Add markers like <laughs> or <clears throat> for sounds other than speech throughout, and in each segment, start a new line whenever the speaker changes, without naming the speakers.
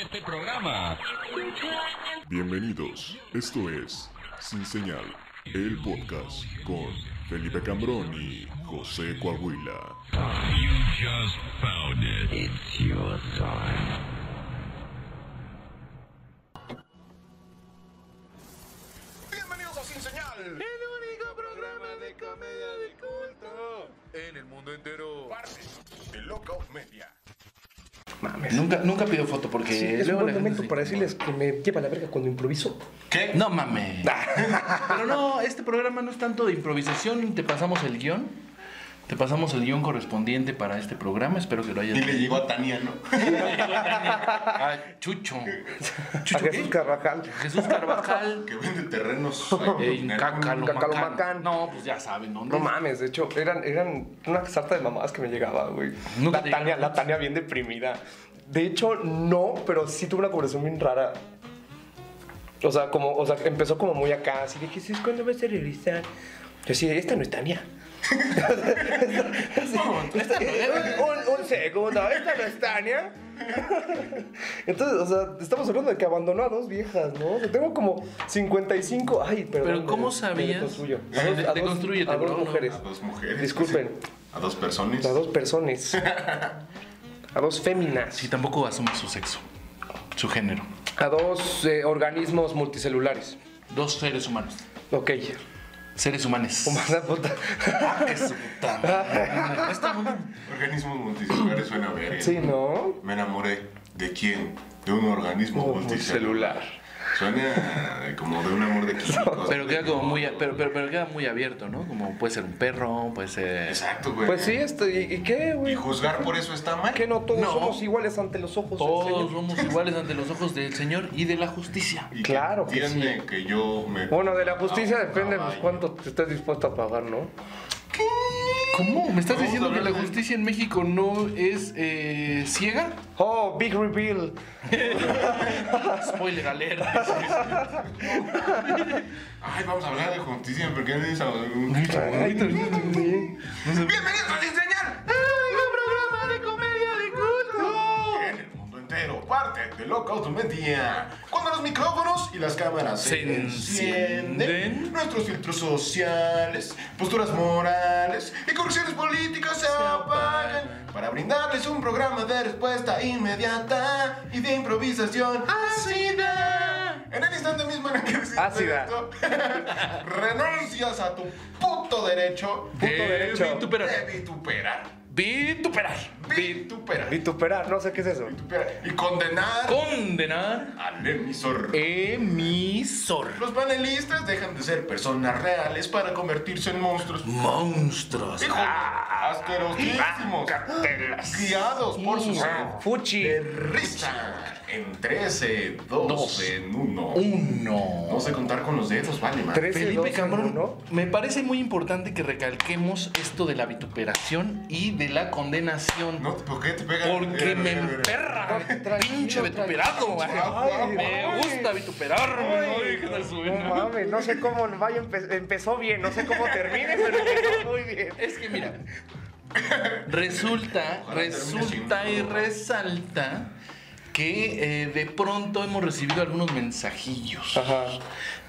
este programa.
Bienvenidos, esto es Sin Señal, el podcast con Felipe Cambrón y José Coahuila.
You just found it. It's your time.
Bienvenidos a Sin Señal,
El único programa de comedia de culto en el mundo entero.
parte de Lockout Media.
Nunca, nunca pido foto porque
Sí, es un
luego la
buen
gente
momento
se
para
incomoda.
decirles que me lleva la verga cuando improviso.
¿Qué?
<laughs>
No mames. Pero no, este programa no es tanto de improvisación. Te pasamos el guión. Te pasamos el guión correspondiente para este programa. Espero que lo hayas
Y le llegó a Tania,
<laughs>
¿no?
Ah, Chucho.
A
Chucho.
Jesús
¿qué?
Carvajal.
Jesús
<laughs>
Carvajal.
Que vende terrenos. ahí
El
en el-
cacalomacán.
Cacalomacán.
No, pues ya saben, ¿no?
No mames, de hecho, eran, eran una sarta de mamadas que me llegaba, güey.
Nunca
La
te
Tania,
llegaron
la Tania bien deprimida. De hecho, no, pero sí tuve una conversación bien rara. O sea, como, o sea, empezó como muy acá, así de que ¿sí? ¿cuándo vas a regresar? Yo así, de, esta no es Tania. Así, esta- un, un segundo, esta no es Tania. <laughs> Entonces, o sea, estamos hablando de que abandonó a dos viejas, ¿no? O sea, tengo como 55. Ay, perdón.
Pero ¿cómo
me- me
sabías?
deconstruyo.
<laughs> Sí,
A dos-
de-
a dos-
deconstrúyete,
a dos
bro, no.
mujeres.
A dos mujeres.
Disculpen.
A dos personas.
A dos personas. A dos féminas.
Sí, tampoco asume su sexo, su género.
A dos eh, organismos multicelulares.
Dos seres humanos.
Ok.
Seres humanos.
Humana puta. <laughs>
Organismos multicelulares suena verga.
Sí, ¿no?
Me enamoré. ¿De quién? De un organismo
Oh,
multicelular.
Multicelular.
Suena como de un amor de químicos.
Pero queda como muy, pero, pero, pero queda muy abierto, ¿no? Como puede ser un perro, puede ser.
Exacto, güey.
Pues sí, esto. ¿Y, y qué,
¿Y
güey?
juzgar por eso está mal?
Que no todos
No.
somos iguales ante los ojos del
Todos
Señor?
somos iguales ante los ojos del Señor y de la justicia.
Y que
Claro que
entiende que yo me...
Bueno, de la justicia depende pues,
Caballo.
cuánto te estés dispuesto a pagar, ¿no?
¿Cómo? ¿Me estás
Vamos
diciendo
a
que
hablar
la
de-
justicia en México no es eh, ciega?
Oh, big reveal.
Spoiler alert.
Ay, vamos a hablar de justicia, ¿por qué no dices algo?
Ay, tú- sí.
¡Bienvenidos a Sin Señal!
programa de comedia de culto!
En el mundo entero, parte de Lockout Media. Cuando los micrófonos y las cámaras se,
Se
encienden,
encienden.
nuestros filtros sociales, posturas morales y correcciones políticas se apagan para brindarles un programa de respuesta inmediata y de improvisación ácida. En el instante mismo en el que se
Ácida.
<laughs> renuncias a tu puto derecho
Puto
De
derecho.
vituperar.
de vituperar,
Vituperar.
vituperar,
Vituperar, no sé qué es eso.
vituperar y condenar
Condenar.
al emisor.
Emisor.
Los panelistas dejan de ser personas reales para convertirse en monstruos.
Monstruos.
Hijos, Ah, asquerosísimos, guiados por sus
Ah,
Fuchi.
de risa. En 13, 12, en 1.
Uno.
No sé contar con los dedos, vale, man.
13,
Felipe
12,
Cambrón,
¿no?
me parece muy importante que recalquemos esto de la vituperación y de la condenación.
No, ¿Por qué te pegan? Eh,
Porque me emperra, pinche vituperado.
Ay,
Me
ay.
gusta vituperarme. Ay, qué tal
No
suena.
mames, no sé cómo vaya, empe- empezó bien, no sé cómo termine, pero empezó muy bien.
Es que
<laughs>
mira, resulta,
Ojalá termine
resulta
sin
y
todo.
resalta que eh, de pronto hemos recibido algunos mensajillos
Ajá.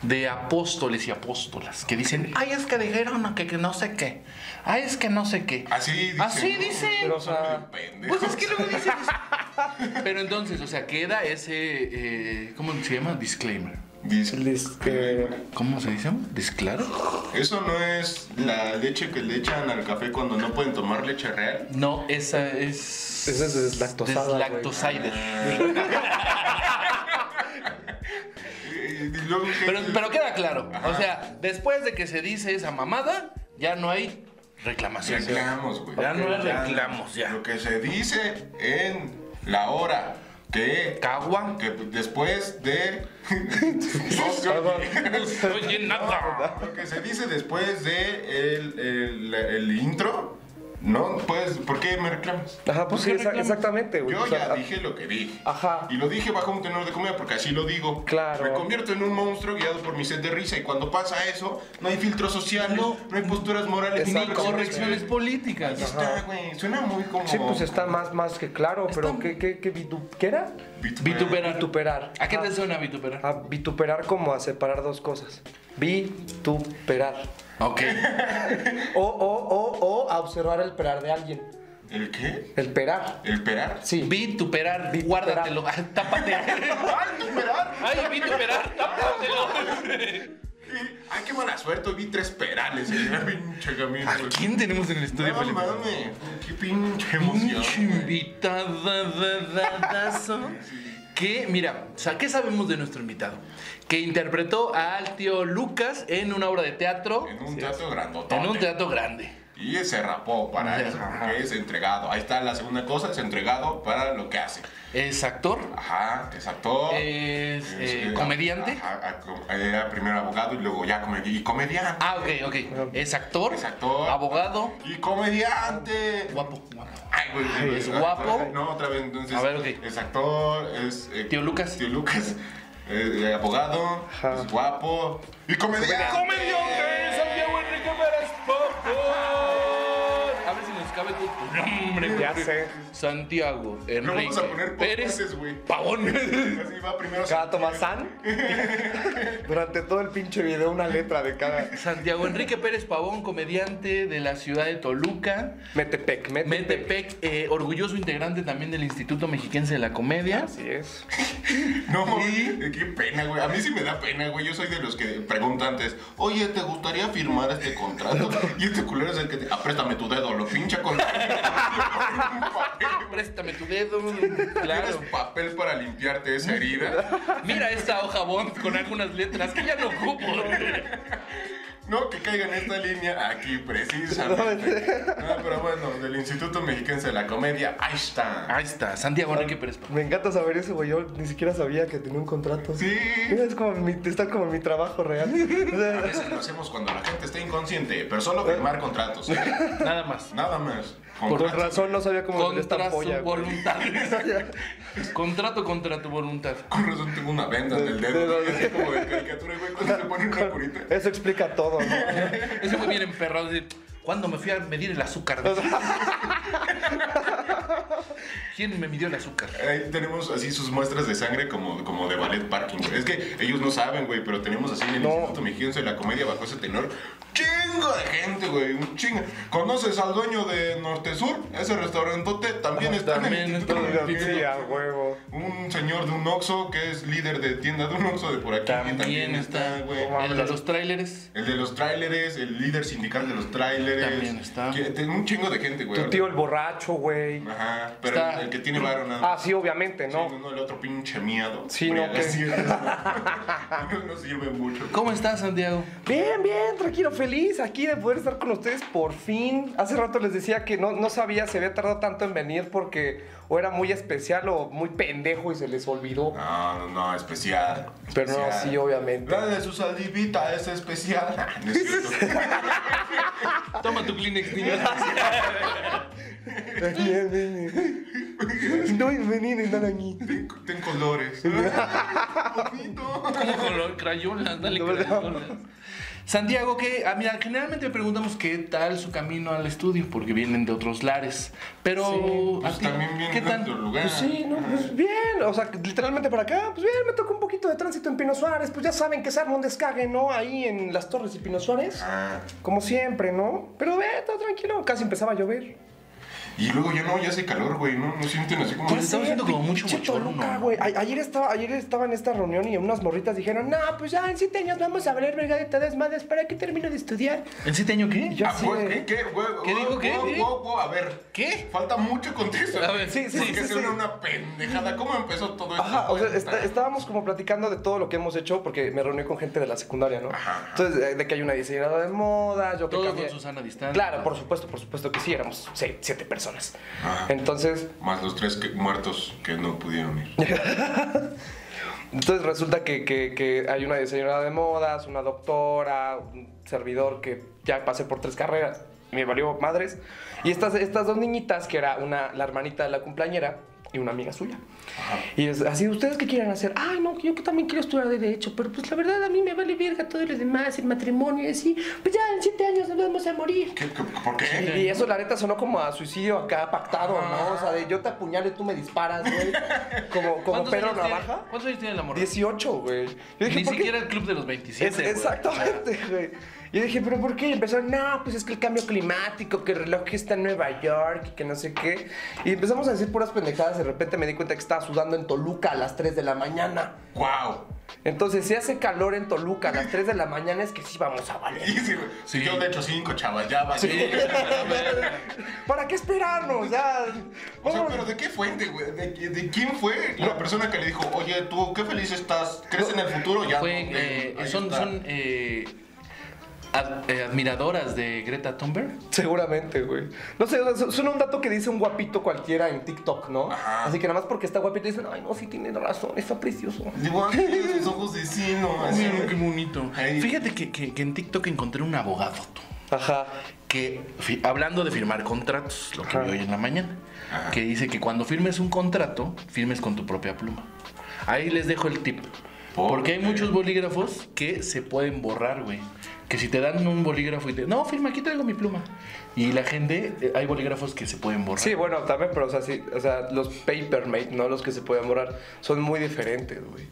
de apóstoles y apóstolas que dicen, ay, es que dijeron que, que no sé qué, ay, es que no sé qué.
Así dicen.
Así
¿no?
dicen.
Pero, o sea,
Pues es que luego dicen...
<laughs>
Pero entonces, o sea, queda ese, eh, ¿cómo se llama? Disclaimer.
Liz, que-
¿Cómo se dice? ¿Disclaro?
Eso no es la leche que le echan al café cuando no pueden tomar leche real.
No, esa es...
Esa es deslactosada, güey.
Deslactosider.
Ah. Eh, y luego, ¿qué?
Pero, pero queda claro. O sea, después de que se dice esa mamada, ya no hay reclamación.
reclamos, güey.
Ya no hay
Ya,
reclamos, ya.
Lo que se dice en la hora que,
Cagua.
que después de
Perdón.
<laughs>
Oye, nada.
lo que se dice después de el, el- el intro No, pues, ¿por qué me reclamas?
Ajá, pues sí, exa- exactamente, güey.
Yo
O sea, ah,
ya dije lo que dije.
Ajá.
Y lo dije bajo un tenor de comedia porque así lo digo.
Claro.
Me convierto en un monstruo guiado por mi sed de risa y cuando pasa eso, no hay filtro social, no, hay posturas morales, ni
Exacto.
correcciones
Correcciones
políticas.
políticas.
Está, güey. Suena muy como.
Sí, pues está más, más que claro, pero ¿qué, qué, qué, vitu- ¿qué era?
Vituperar.
Vituperar.
Vituperar.
¿A qué te
Ah,
suena vituperar?
A vituperar como a separar dos cosas. Vituperar.
Ok.
O, o, o, o a observar el perar de alguien.
¿El qué?
El perar.
¿El perar?
Sí.
Vituperar,
Vituperar.
guárdatelo.
<laughs>
Tápate.
¡Ay, perar!
Ay, vituperar, tápatelo.
¡Ay, qué mala suerte! Hoy vi tres perales en el pinche camino.
¿A
güey.
quién tenemos en el estudio,
No
Felipe?
mames, qué pinche emoción.
Pinche
güey.
invitada, da, da, dazo. Que, mira, o sea, ¿qué sabemos de nuestro invitado? Que interpretó al tío Lucas en una obra de teatro,
En un teatro grandotote.
en un teatro grande.
Y se rapó para
Ya,
eso,
ajá.
porque es entregado. Ahí está la segunda cosa, es entregado para lo que hace.
Es actor,
Ajá, es actor.
es eh, comediante.
Ajá, a- com- era primero abogado y luego ya comedi- y comediante.
Ah, ok, ok. Es actor,
Es actor.
abogado,
Y comediante.
guapo, guapo.
Ay, güey, güey,
es
otra
guapo.
vez. Ah, No, otra vez, entonces.
A ver, ok.
Es actor, es. eh,
Tío Lucas.
Tío Lucas. eh, eh, abogado,
Ajá.
es guapo y comediante.
¡Comediante! Santiago Enrique Pérez Pocos. A ver si nos cabe tu nombre, güey.
Ya sé.
Santiago
No
Enrique
vamos a poner
Pérez
Pérez, güey. <laughs>
Pavón.
Así va primero.
Cada Tomazán. Durante todo el pinche video, una letra de cada.
Santiago Enrique Pérez Pavón, comediante de la ciudad de Toluca.
Metepec, Metepec.
Metepec, eh, orgulloso integrante también del Instituto Mexiquense de la Comedia.
Así es.
No, eh, qué pena, güey. A mí sí me da pena, güey. Yo soy de los que preguntan antes, oye, ¿te gustaría firmar este contrato? Y este culero es el que te. Apréstame tu dedo, lo pincha con. <laughs>
<laughs>
Claro.
Préstame tu dedo.
¿Tienes
Claro.
papel para limpiarte esa herida?
Mira esta hoja bond con algunas letras que ya no ocupo.
No, que caiga en esta línea aquí, precisamente. No, pero bueno, del Instituto Mexicano de la Comedia, ahí está.
Ahí está, Santiago Enrique Pérez Pavón.
Me encanta saber eso, güey. Yo ni siquiera sabía que tenía un contrato.
Sí.
Mira, Es como mi, está como mi trabajo <laughs> real. O
A
sea,
veces lo hacemos cuando la gente está inconsciente, pero solo firmar contratos. ¿eh?
Nada más.
Nada más.
Con
Contratos.
razón no sabía cómo se esta
Contra
polla.
su
güey. <laughs>
voluntad. Contrato contra tu voluntad.
Con razón tengo una venda en el dedo.
Dedo.
así como de caricatura, güey, cuando te ponen una curita.
Eso explica todo, <laughs> ¿no?
Ese muy bien emperrado. Decir, ¿Cuándo me fui a medir el azúcar? <laughs> ¿Quién me midió el azúcar?
Ahí tenemos así sus muestras de sangre como, como de ballet parking, güey. Es que ellos no saben, güey, pero tenemos así en el
No.
Instituto Mexicano de la Comedia bajo ese tenor. ¡Chingo de gente, güey! ¡Un chingo! ¿Conoces al dueño de Norte Sur? Ese restaurantote también está en
también
el Instituto
está en el
Mexicano.
Sí, a huevo.
Un señor de un Oxxo que es líder de tienda de un Oxxo de por aquí.
También está.
güey.
El de los tráileres.
El de los tráileres, el líder sindical de los tráileres.
También está.
Que- ten- un chingo de gente, güey.
Tu tío el borracho, güey.
Ajá, pero
Está.
el que tiene varo nada
Ah,
más.
sí, obviamente,
Sí,
¿no?
no, no, el otro pinche miedo.
Sí, no, que- <laughs>
no, <laughs> no sirve mucho.
¿Cómo estás, Santiago?
Bien, bien, tranquilo, feliz aquí de poder estar con ustedes por fin. Hace rato les decía que no, no sabía si había tardado tanto en venir porque o era muy especial o muy pendejo y se les olvidó.
No, no, no, especial.
Pero no,
especial.
sí, obviamente.
La de su salivita es
<laughs>
especial. No es cierto.
Toma tu
<laughs>
Kleenex, niña.
No venir están aquí.
ten, ten
<laughs>
colores. Ay, bonito.
Como color crayolas, dale crayolas. Santiago, que ah, mira, generalmente preguntamos qué tal su camino al estudio, porque vienen de otros lares. Pero
pues
a ti,
también vienen
¿qué
de
tal?
otro lugar.
Pues sí, no, pues bien, o sea, literalmente para acá, pues bien, me tocó un poquito de tránsito en Pino Suárez, pues ya saben que se arma un descague, ¿no? Ahí en las torres y Pino Suárez,
Ah,
como siempre, ¿no? Pero ve, todo tranquilo, casi empezaba a llover.
y luego ya no, ya hace calor, güey. No, no sienten así como.
Pues estamos siendo como mucho
Pinche
bochorno,
Toluca,
¿no?
güey. A- Ayer estaba, ayer estaba en esta reunión y unas morritas dijeron, no, pues ya en siete años vamos a valer verga de todas madres para que termine de estudiar.
¿En siete años pues, qué?
Yo
Ah,
así
güey,
de-
¿Qué? ¿Qué? Güey,
¿Qué
wow,
dijo? ¿Qué?
wow,
¿Qué?
wow, wow, A ver.
¿Qué?
Falta mucho contexto.
A ver,
sí, sí,
Porque
sí,
suena
sí.
una pendejada. ¿Cómo empezó todo esto?
Ajá, o sea,
güey?
está- estábamos como platicando de todo lo que hemos hecho porque me reuní con gente de la secundaria, ¿no? Entonces, de, de que hay una diseñadora de moda, yo que
Todo
cambié-
con Susana Distancia.
Claro, por supuesto, por supuesto que sí, éramos se- siete personas. Entonces,
Más los tres que- muertos que no pudieron ir.
entonces resulta que, que- que hay una diseñadora de modas, una doctora, un servidor que ya pasé por tres carreras. me valió madres. Y estas, estas dos niñitas, que era una, la hermanita de la cumpleañera y una amiga suya. Y es así, ¿ustedes qué quieren hacer? Ay, no, yo que también quiero estudiar Derecho, pero pues la verdad a mí me vale verga todo lo demás, el matrimonio y así. Pues ya en siete años nos vamos a morir.
¿Qué- qué- ¿Por qué?
Y eso, la neta, sonó como a suicidio acá pactado, ¿no?
Ah.
O sea, de yo te apuñalo y tú me disparas, güey. Como, como
¿Cuántos
Pedro
años tiene-
Navaja.
¿Cuántos años tiene la morra?
18, güey. Yo dije,
Ni
¿por qué?
siquiera el club de los 27.
Es-
güey.
exactamente, güey. Yo dije, ¿pero por qué? Y empezaron, no, pues es que el cambio climático, que el reloj que está en Nueva York y que no sé qué. Y empezamos a decir puras pendejadas. De repente me di cuenta que estaba sudando en Toluca a las 3 de la mañana.
¡Wow!
Entonces, si hace calor en Toluca a las 3 de la mañana, es que sí vamos a valer.
<laughs> Sí. Yo de hecho cinco, chavas, ya va.
<laughs> ¿Para qué esperarnos? Ya.
<laughs> O <laughs> sea,
Vámonos.
pero ¿de qué fuente, güey? ¿De, qui- de quién fue la persona que le dijo, oye, tú, qué feliz estás? ¿Crees en el futuro? Ya.
Fue,
no,
eh,
ahí
son
está.
son eh, ad- eh, admiradoras de Greta Thunberg.
Seguramente, güey. No sé, o sea, suena un dato que dice un guapito cualquiera en TikTok, ¿no? Así que nada más porque está guapito dicen, ay, no, sí tiene razón, está precioso.
Digo, ay, <laughs> tiene sus ojos de sino, así.
Mira, Mm, qué bonito.
Ah, Ahí.
Fíjate que, que- que en TikTok encontré un abogado tú,
Ajá.
que fi- hablando de firmar contratos, lo que
Ajá.
vi hoy en la mañana, que dice que cuando firmes un contrato, firmes con tu propia pluma. Ahí les dejo el tip.
¿Por
Porque hay
qué?
muchos bolígrafos que se pueden borrar, güey. Que si te dan un bolígrafo y te... No, firma, aquí traigo mi pluma. Y la gente... eh, Hay bolígrafos que se pueden borrar.
Sí, bueno, también, pero o sea, sí, o sea, los papermate, no los que se pueden borrar, son muy diferentes, güey.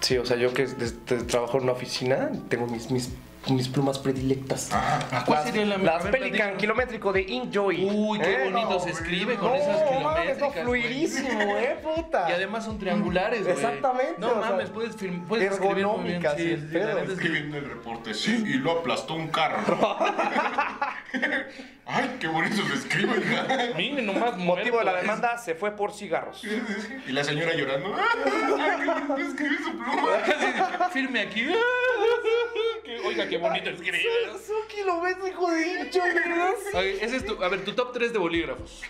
Sí, o sea, yo que des- des- trabajo en una oficina, tengo mis, mis, mis plumas predilectas.
Ah, ¿Cuál sería la
Las
a ver,
Pelican,
platícanos.
kilométrico de Enjoy.
Uy, qué
¿Eh?
bonito
No,
se escribe
no,
con esas
mames,
kilométricas.
no,
güey.
fluidísimo, eh, puta.
Y además son triangulares, güey.
Exactamente, o
No
sea,
mames, puedes, firm- puedes escribir muy bien.
ergonómicas y el
la
pedo.
neta es que-
Escribiendo el reporte, sí, y lo aplastó un <laughs> carro. Ay, qué bonito se escribe.
Miren nomás,
Motivo de la
muerto, ¿eh?
demanda se fue por cigarros.
<laughs> y la señora llorando. "Ah, Ay, qué bonito escribe su pluma.
es- Firme aquí. <laughs> Que- Oiga, qué bonito escribes.
un kilométrico de Enjoy, ¿verdad?
Ok, ese es tu, a ver, tu top 3 de <laughs> bolígrafos.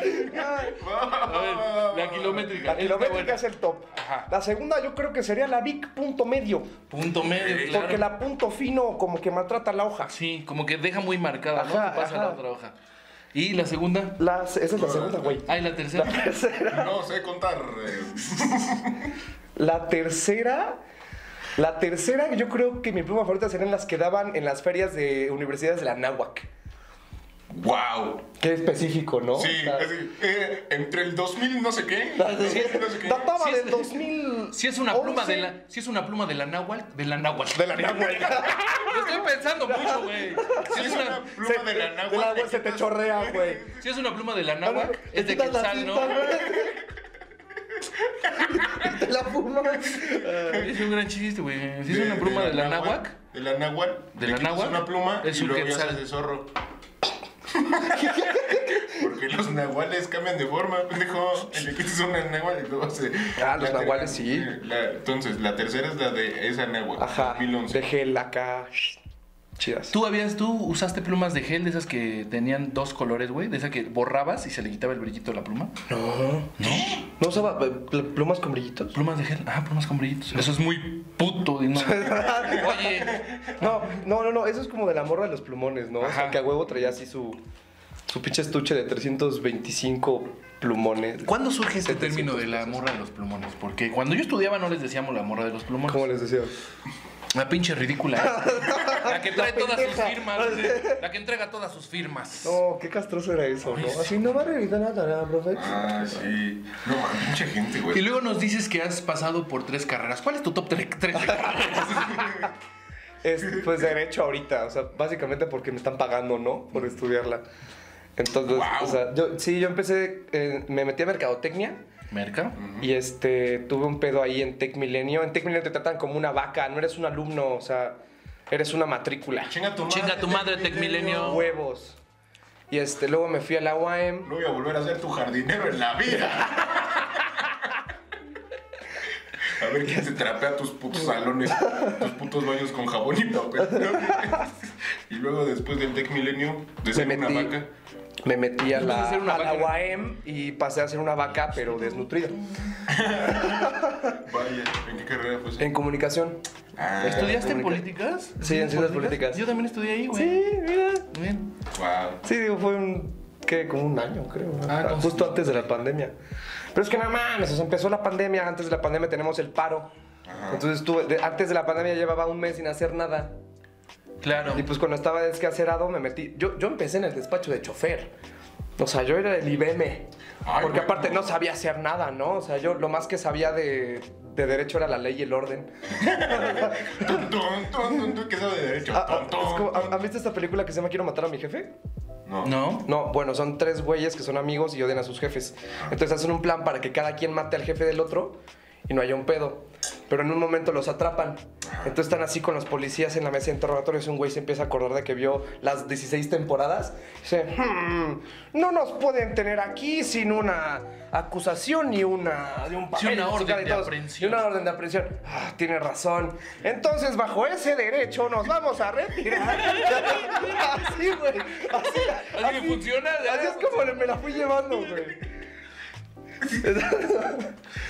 A ver, la kilométrica.
La
esa
kilométrica
está
es el top. La segunda yo creo que sería la Vic punto medio.
buena. Punto medio, claro.
Porque la punto fino como que maltrata la hoja.
Sí, como que deja muy marcada, ¿no?
Ajá,
Que pasa
ajá.
la otra hoja. ¿Y la segunda?
La- esa es la segunda, güey.
Ah, y la tercera.
No sé contar. eh.
La tercera. La tercera, yo creo que mi pluma favorita serían las que daban en las ferias de universidades de la Náhuac.
¡Wow!
Qué específico, ¿no?
Sí,
O sea,
así, eh, entre el 2000 no sé
<laughs>
qué. no sé qué.
Databa
Sí, es-
del 2000.
Si es una pluma de la, si es una pluma de la náhuatl, de la náhuatl. De la náhuatl. Estoy pensando mucho, güey. Si
Sí,
es
es
una,
una pluma de la náhuatl.
náhuatl se te
quitas-
chorrea, güey.
si es una pluma de la náhuatl, es de
Te Ah, quitas la
quetzal, ¿no?
cinta,
<laughs>
güey. Te la fumas.
Es un gran chiste, güey. Si es una pluma de la náhuatl,
De la náhuatl.
¿De
le
la
quitas
náhuatl?
una pluma
Es
y
un
luego ya se
quetzal.
hace zorro. Porque los nahuales cambian de forma, pendejo. Y Le quitas una náhuatl y luego se.
Ah, los
la ter-
nahuales sí.
la- entonces, la tercera es la de esa náhuatl.
Ajá.
2011.
De gel acá. Chidas.
¿tú habías, tú usaste plumas de gel de esas que tenían dos colores, güey? De esas que borrabas y se le quitaba el brillito a la pluma.
No.
¿No?
¿No usaba eh, pl- plumas con brillitos?
Plumas de gel. Ah, plumas con brillitos. Eso es muy puto. y no- Oye.
<laughs> No, no, no, no, eso es como de la morra de los plumones, ¿no? O sea,
Ajá.
que a huevo traía así su, su pinche estuche de 325 plumones.
¿Cuándo surge este
700
término de la
pesos.
morra de los plumones? Porque cuando yo estudiaba no les decíamos la morra de los plumones.
¿Cómo les decía?
Pues La pinche ridícula.
<laughs>
esa. la que trae
La
todas sus
pendeja.
firmas. La que entrega todas sus firmas.
No, qué castroso era eso, ¿no? Así no va a revisar nada, nada, profe.
Ah, sí. No, mames, mucha gente,
Y
güey.
luego nos dices que has pasado por tres carreras. ¿Cuál es tu top 3 de carreras?
Es, pues derecho ahorita, o sea, básicamente porque me están pagando, ¿no? Por estudiarla. Entonces,
Guau.
o sea, yo, sí, yo empecé, eh, me metí a mercadotecnia.
Merca.
Y este, tuve un pedo ahí en Tech Milenio. En Tech Milenio te tratan como una vaca, no eres un alumno, o sea, eres una matrícula.
Chinga tu madre.
Chinga tu madre, Tecmilenio.
Huevos. Y este, luego me fui a la UAM.
No voy a volver a ser tu jardinero en la vida. A ver quién se trapea tus putos salones, tus putos baños con jabón y papel. Y luego después del Tech Milenio, de
Me
ser una
metí,
vaca.
me metí a la,
hacer una
a la
vaca.
UAM y pasé a ser una vaca, pero desnutrida,
Vaya, ¿en qué carrera fue eso?
en comunicación.
Ah,
¿Estudiaste en
comunica-
políticas?
Sí, en ciencias políticas.
Yo también estudié ahí, güey.
Sí, mira.
Muy bien.
Wow.
Sí, digo, fue un. ¿Qué? Como un año, creo.
Ah, entonces-
justo antes de la pandemia. Pero es que no mames, o sea, empezó la pandemia. Antes de la pandemia tenemos el paro. Entonces estuve. de- antes de la pandemia llevaba un mes sin hacer nada.
Claro.
Y pues cuando estaba descacerado me metí. Yo, yo empecé en el despacho de chofer. O sea, yo era el IBM.
Ay,
porque
güey.
aparte no sabía hacer nada, ¿no? O sea, yo lo más que sabía de, de derecho era la ley y
<laughs>
el orden.
Tun, tun, tun, tun, tun, ¿Qué sabe de derecho?
Ah, ah,
Tun, tun,
es como,
tun.
¿ha- ¿Has visto esta película que se llama Quiero matar a mi jefe?
No.
¿No?
No, bueno, son tres güeyes que son amigos y odian a sus jefes. Entonces hacen un plan para que cada quien mate al jefe del otro y no haya un pedo. Pero en un momento los atrapan. Entonces están así con los policías en la mesa de interrogatorios. Un güey se empieza a acordar de que vio las 16 temporadas. Dice, "Hmm, no nos pueden tener aquí sin una acusación ni una de un papel.
una
y
orden
chingada y
de
todos,
aprehensión.
y una orden de aprehensión. Ah, tiene razón. Entonces bajo ese derecho nos vamos a
<laughs>
retirar. así, güey. Así,
Así que funciona, ¿eh?
Así es como le- me la fui llevando, güey.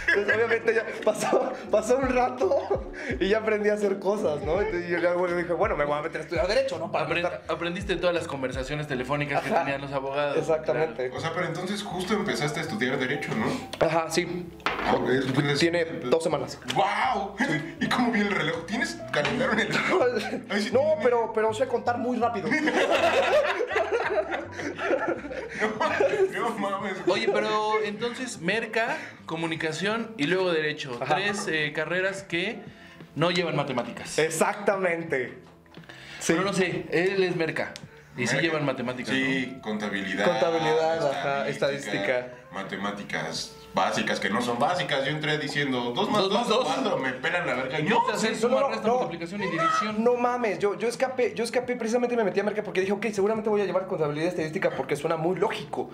Entonces, obviamente ya pasó, pasó un rato y ya aprendí a hacer cosas, ¿no? Entonces yo ya güey, dije, bueno, me voy a meter a estudiar Derecho, ¿no? Para
Apre-
estar...
aprendiste todas las conversaciones telefónicas que tenían los abogados.
Exactamente.
O sea, pero entonces justo empezaste a estudiar derecho, ¿no?
Ajá, sí. Tiene dos semanas.
¡Wow! ¿Y cómo vi el reloj? ¿Tienes calendario en el reloj? <laughs> Ay, sí,
No,
tiene.
pero, pero sé contar muy rápido.
No mames.
Oye, pero entonces, merca, comunicación y luego derecho.
Ajá.
Tres eh, carreras que no llevan matemáticas.
Eh, Exactamente.
Pero no sé, él es merca. Y sí llevan matemáticas,
Sí, contabilidad.
Contabilidad, ajá, estadística.
Matemáticas básicas que no son básicas. Yo entré diciendo dos más
Dos
dos,
más dos.
cuatro, me pelan la verga.
¿no?
Yo.
¿no? Hacer
sí,
suma,
no,
resta,
no.
multiplicación y división.
No mames, yo, yo escapé, yo escapé precisamente me metí a merca porque dije, ok, seguramente voy a llevar contabilidad estadística porque suena muy lógico.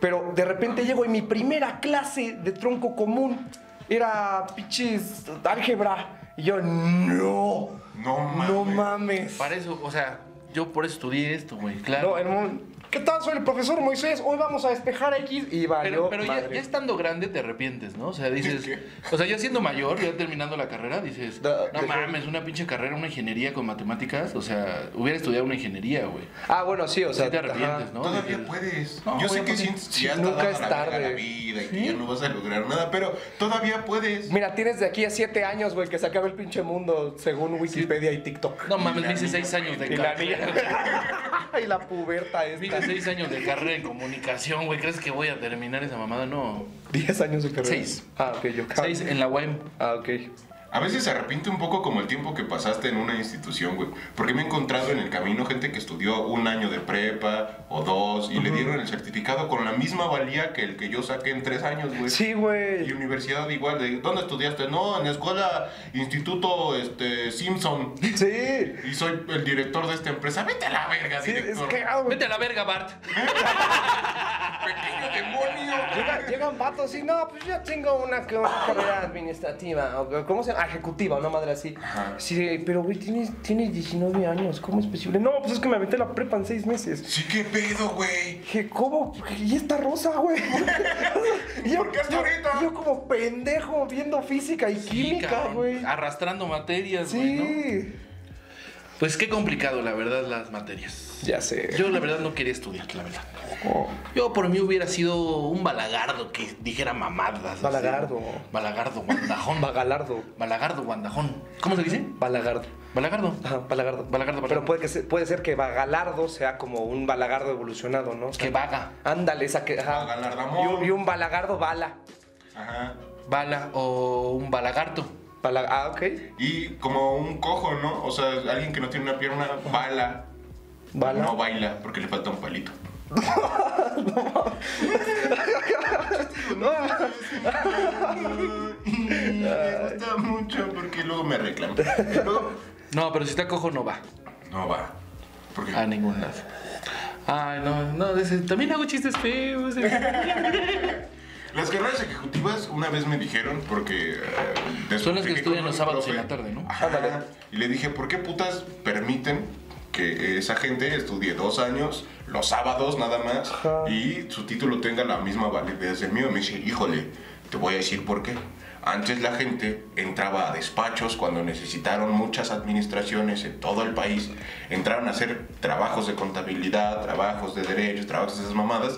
Pero de repente llego y mi primera clase de tronco común era pinches álgebra. Y yo, no,
No mames.
no mames.
Para eso, o sea, yo por eso estudié esto, güey, claro.
No, en un- ¿Qué tal? Soy el profesor Moisés, hoy vamos a despejar X y valió
pero pero ya,
madre.
ya estando grande te arrepientes, ¿no? O sea, dices.
¿Qué?
O sea, ya siendo mayor, ya terminando la carrera, dices.
Da-
No
deja-
mames, una pinche carrera, una ingeniería con matemáticas. O sea, hubiera estudiado una ingeniería, güey.
Ah, bueno, sí, o sea,
Sí te
ajá.
arrepientes, ¿no?
Todavía
Dices,
puedes.
No,
Yo
voy
sé
a
que
poner-
si,
pues Sí,
si has
nunca
dado
es
la verga a
tarde.
la vida y que ya no vas a lograr nada, pero todavía puedes.
Mira, tienes de aquí a siete años, güey, que se acabe el pinche mundo según Wikipedia y TikTok.
No mames, me hice seis años de
Y la
carrera.
<laughs> y la puberta es
<laughs> Me hice seis años de carrera en comunicación, güey. ¿Crees que voy a terminar esa mamada? No.
10 años de carrera.
Seis.
Ah, ok, yo cago.
Seis en la E UAM.
Ah, ok.
A veces se arrepiente un poco como el tiempo que pasaste en una institución, güey. Porque me he encontrado en el camino gente que estudió un año de prepa o dos y le dieron el certificado con la misma valía que el que yo saqué en tres años, güey.
Sí,
Y
güey.
universidad igual, de, ¿dónde estudiaste? No, en la escuela, instituto, este, Simpson.
Sí.
Y soy el director de esta empresa. Vete a la verga,
Sí, es
director.
que. ah, güey.
Vete a la verga, Bart.
Pequeño demonio.
Llega- Llegan vatos y no, pues yo tengo una, que- una carrera administrativa, o- o ¿cómo se llama? Ah, Ejecutiva, una madre así. Sí, pero güey, tienes, tienes 19 años, ¿cómo es posible? No, pues es que me aventé la prepa en 6 meses.
Sí, qué pedo, güey.
Dije, ¿cómo? ¿Y esta rosa,
<laughs>
güey? Y yo-
¿Por qué hasta
yo-
ahorita?
Yo como pendejo viendo física y química,
cabrón,
güey.
Arrastrando materias, güey, ¿no?
Sí.
Pues qué complicado, la verdad, las materias.
Ya sé.
Yo la verdad no quería estudiar, la verdad. Yo por mí hubiera sido un balagardo que dijera mamadas.
Balagardo.
así. Balagardo, guandajón.
Bagalardo.
balagardo, guandajón. ¿Cómo se dice?
Balagardo.
Balagardo.
Ajá, balagardo.
Balagardo, balagardo.
Pero puede, que se- puede ser que bagalardo sea como un balagardo evolucionado, ¿no?
Que vaga.
Ándale, esa que. Ajá.
Bagalardamón.
Y un- Y un balagardo bala.
Ajá.
Bala o un balagarto.
Bala- ah, ok.
Y como un cojo, ¿no? O sea, alguien que no tiene una pierna, bala.
Bala.
No baila porque le falta un <laughs> palito. me gusta mucho porque luego me reclama. Luego-
No, pero si está cojo no va
No va. Porque
a ningún lado. Ay, no, no, ese- también hago chistes
<laughs>
feos. eh.
las carreras ejecutivas una vez me dijeron porque eh, después
Son las que
llegué
estudian
con
los
mi
sábados
profe.
en la tarde, ¿no?
Ajá.
Ándale.
Y le dije, ¿por qué putas permiten que esa gente estudie dos años, los sábados nada más y su título tenga la misma validez del mío. Y me dice, híjole, te voy a decir por qué. Antes la gente entraba a despachos cuando necesitaron muchas administraciones en todo el país. Entraron a hacer trabajos de contabilidad, trabajos de derechos, trabajos de esas mamadas,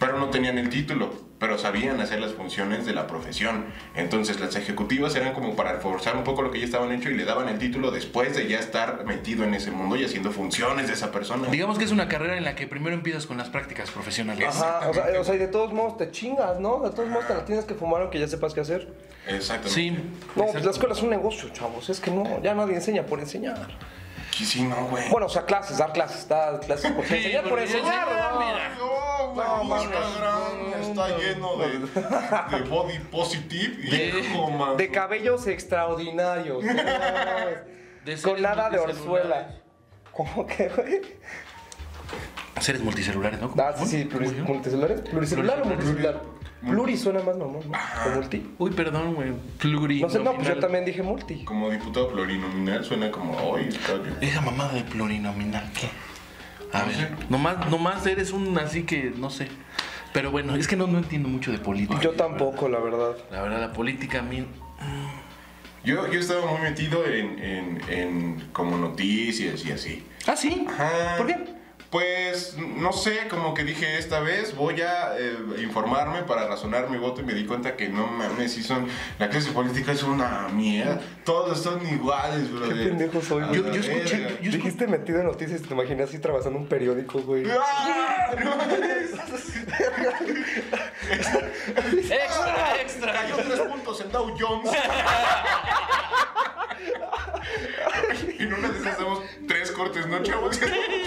pero no tenían el título, pero sabían hacer las funciones de la profesión. Entonces las ejecutivas eran como para reforzar un poco lo que ya estaban hecho y le daban el título después de ya estar metido en ese mundo y haciendo funciones de esa persona.
Digamos que es una carrera en la que primero empiezas con las prácticas profesionales.
Ajá, o sea, o sea, y de todos modos te chingas, ¿no? De todos modos te la tienes que fumar aunque ya sepas qué hacer.
Exacto.
Sí.
No, pues la escuela es un negocio, chavos. Es que no, ya nadie enseña por enseñar.
Sí, sí, no, güey.
Bueno, o sea, clases, dar clases, dar clases porque enseñar por enseñar. ¿no?
No, güey,
No, mames.
Instagram está lleno de, de body positive y <laughs> hijo, man.
De cabellos extraordinarios. no mames. <laughs>
De seres
Con nada de
multicelulares.
orzuela. ¿Cómo que, güey?
Seres multicelulares, ¿no?
Ah, sí,
Uy,
sí, pluris,
uy,
multicelular. Ah. ¿Pluricelular o multicelular? Pluri suena más mamón, ¿no? O multi.
Uy, perdón, güey. Plurinominal.
No sé, no, pues yo también dije multi.
Como diputado plurinominal suena como, hoy está bien.
Esa mamada de plurinominal, ¿qué? A ver, nomás, nomás eres un así que, no sé. Pero bueno, es que no, no entiendo mucho de política.
Yo tampoco, la verdad.
La verdad, la política a mí...
Yo, yo estaba muy metido en, en, en como noticias y así.
Ah, sí.
Ajá.
¿Por qué?
Pues no sé, como que dije esta vez voy a eh, informarme para razonar mi voto y me di cuenta que no mames, si son la clase política es una mierda, todos son iguales, bro.
Qué pendejo soy,
A
güey.
la
Yo escuché-
verga.
Yo escu-
Dijiste metido en noticias y te imaginé así trabajando en un periódico, güey.
<laughs>
<laughs>
¡Ah! ¡No!
Extra, extra.
Cayó tres puntos en Dow Jones. en una de esas damos tres cortes, ¿no,
<laughs>
chavos? Mucho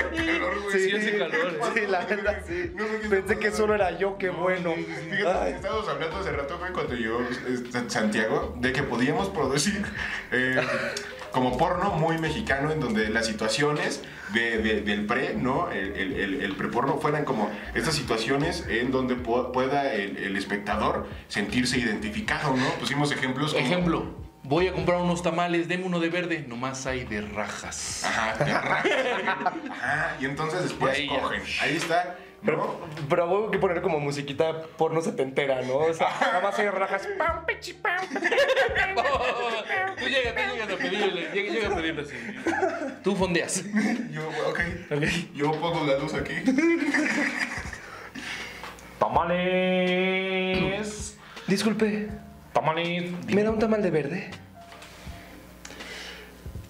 calor, ¿eh? güey.
Sí, hace calor,
Sí, la neta, sí. Pensé que solo era yo, qué bueno.
Fíjate,
Ay.
estábamos hablando hace rato, güey, cuando yo, este, Santiago, de que podíamos producir eh, como porno muy mexicano, en donde las situaciones de- de- del pre, ¿no? El, el, el- el preporno fueran como estas situaciones en donde po- pueda el, el espectador sentirse identificado, ¿no? Pusimos ejemplos como.
Ejemplo, voy a comprar unos tamales, deme uno de verde, nomás hay de rajas. <laughs>
Ajá, de rajas, güey. Ajá, y entonces después
Ahí ya.
cogen. Ahí está.
Pero,
¿no?
pero huevo que poner como musiquita porno setentera, ¿no? O sea, nada más hay rajas. pam, pichi, pam.
Tú llegas, tú llegas a pedirle, llega, llega a pedirle así. Tú fondeas.
Yo, ok. Yo pongo la luz aquí.
Tamales.
Disculpe,
Tamales.
¿me da un tamal de verde?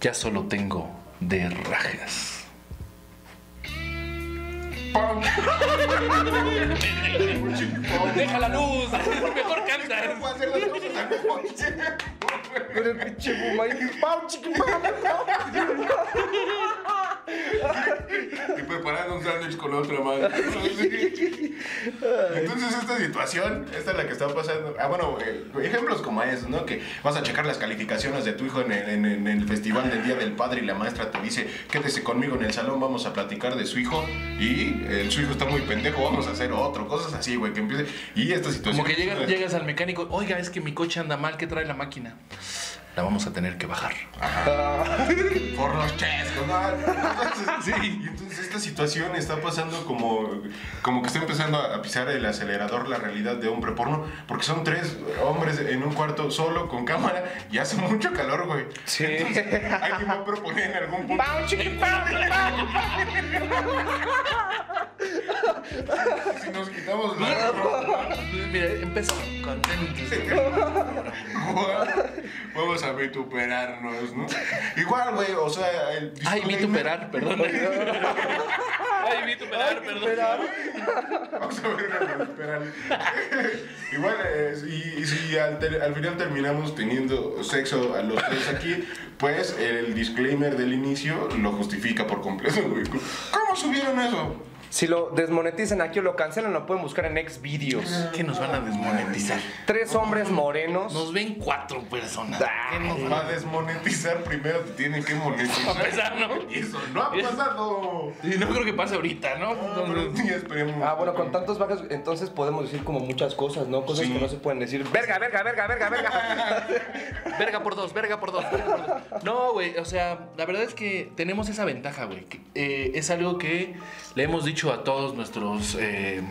Ya solo tengo de rajas. Deja la luz, mejor canta.
Voy a hacer las cosas al mismo tiempo.
Con el pinche buma y pam, chiqui, pam.
Y preparando un sándwich con otra madre. Entonces, esta situación, esta es la que está pasando. Ah, bueno, eh, ejemplos como esos, ¿no? Que vas a checar las calificaciones de tu hijo en el, en- en el festival del Día del Padre y la maestra te dice, quédese conmigo en el salón, vamos a platicar de su hijo. Y eh, su hijo está muy pendejo, vamos a hacer otro. Cosas así, güey, que empiece. Y esta situación.
Como que llegas, llegas al mecánico, oiga, es que mi coche anda mal, ¿qué trae la máquina? La vamos a tener que bajar.
por los chescos, ¿no? Entonces, <laughs> sí, y entonces esta situación está pasando como, como que está empezando a a pisar el acelerador la realidad de hombre porno, porque son tres hombres en un cuarto solo con cámara y hace mucho calor, güey.
Sí.
Alguien va a proponer en algún punto.
Pam, chiqui, pam, pam.
Si nos quitamos la ropa,
Mira, empezó contentos.
vamos a vituperarnos, ¿no? Igual, güey, o sea. El
Ay, vi tu
disclaimer-
perar, perdón. Ay, vi tu perar, perdón.
Vamos a ver a recuperar. <laughs> y bueno, eh, y, y si al, ter- al final terminamos teniendo sexo a los tres aquí, pues el disclaimer del inicio lo justifica por completo, güey. ¿Cómo subieron eso?
Si lo desmonetizan aquí o lo cancelan, lo pueden buscar en Xvideos.
¿Qué nos van a desmonetizar?
Tres hombres morenos.
Nos ven cuatro personas. ¿Qué nos van
Para desmonetizar primero te tienen que monetizar.
<laughs>
a pesar, no?
Y eso no ha pasado.
Y no creo que pase ahorita, ¿no?
Pero
Entonces,
sí, esperemos.
Ah, bueno, con tantos bajas, entonces podemos decir como muchas cosas, ¿no? Cosas
Sí.
que no se pueden decir. Verga, verga, verga, verga, verga.
verga por dos, verga por dos. verga por dos. No, güey, o sea, la verdad es que tenemos esa ventaja, güey. que, eh, es algo que le hemos dicho mucho a todos nuestros. eh,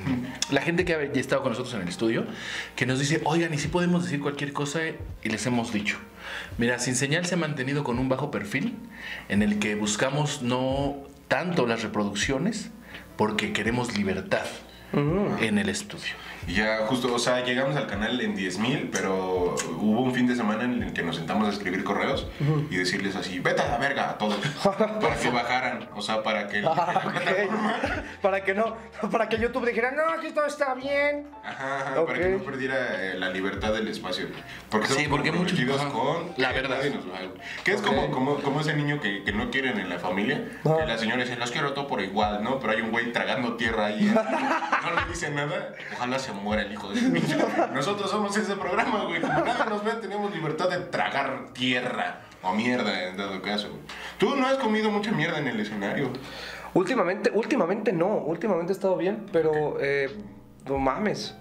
la gente que ha estado con nosotros en el estudio, que nos dice, oigan, y si podemos decir cualquier cosa, eh?", y les hemos dicho. Mira, Sin Señal se ha mantenido con un bajo perfil en el que buscamos no tanto las reproducciones, porque queremos libertad en el estudio.
Y ya justo, o sea, llegamos al canal en 10.000, pero hubo un fin de semana en el que nos sentamos a escribir correos y decirles así, vete a la verga a todos, <laughs> para que bajaran, o sea, para
<laughs>
que...
Ah, ok. <laughs> Para que no, para que YouTube dijera, no, aquí todo está bien.
Ajá, ajá, para que
Ok.
no perdiera eh, la libertad del espacio. Porque somos
Sí, porque
como
muchos-
comprometidos
ajá,
con
la verdad.
y nos vale. Que es como, como, como ese niño que, que no quieren en la familia.
Ajá.
Que la señora dice, los quiero todo por igual, ¿no? Pero hay un güey tragando tierra ahí. ¿eh? No le dice nada. Ojalá se muera el hijo de su pinche. Nosotros somos ese programa, güey. Como nadie nos ve, tenemos libertad de tragar tierra. O mierda, en dado caso. Tú no has comido mucha mierda en el escenario.
Últimamente, últimamente no, últimamente he estado bien, pero eh, no mames.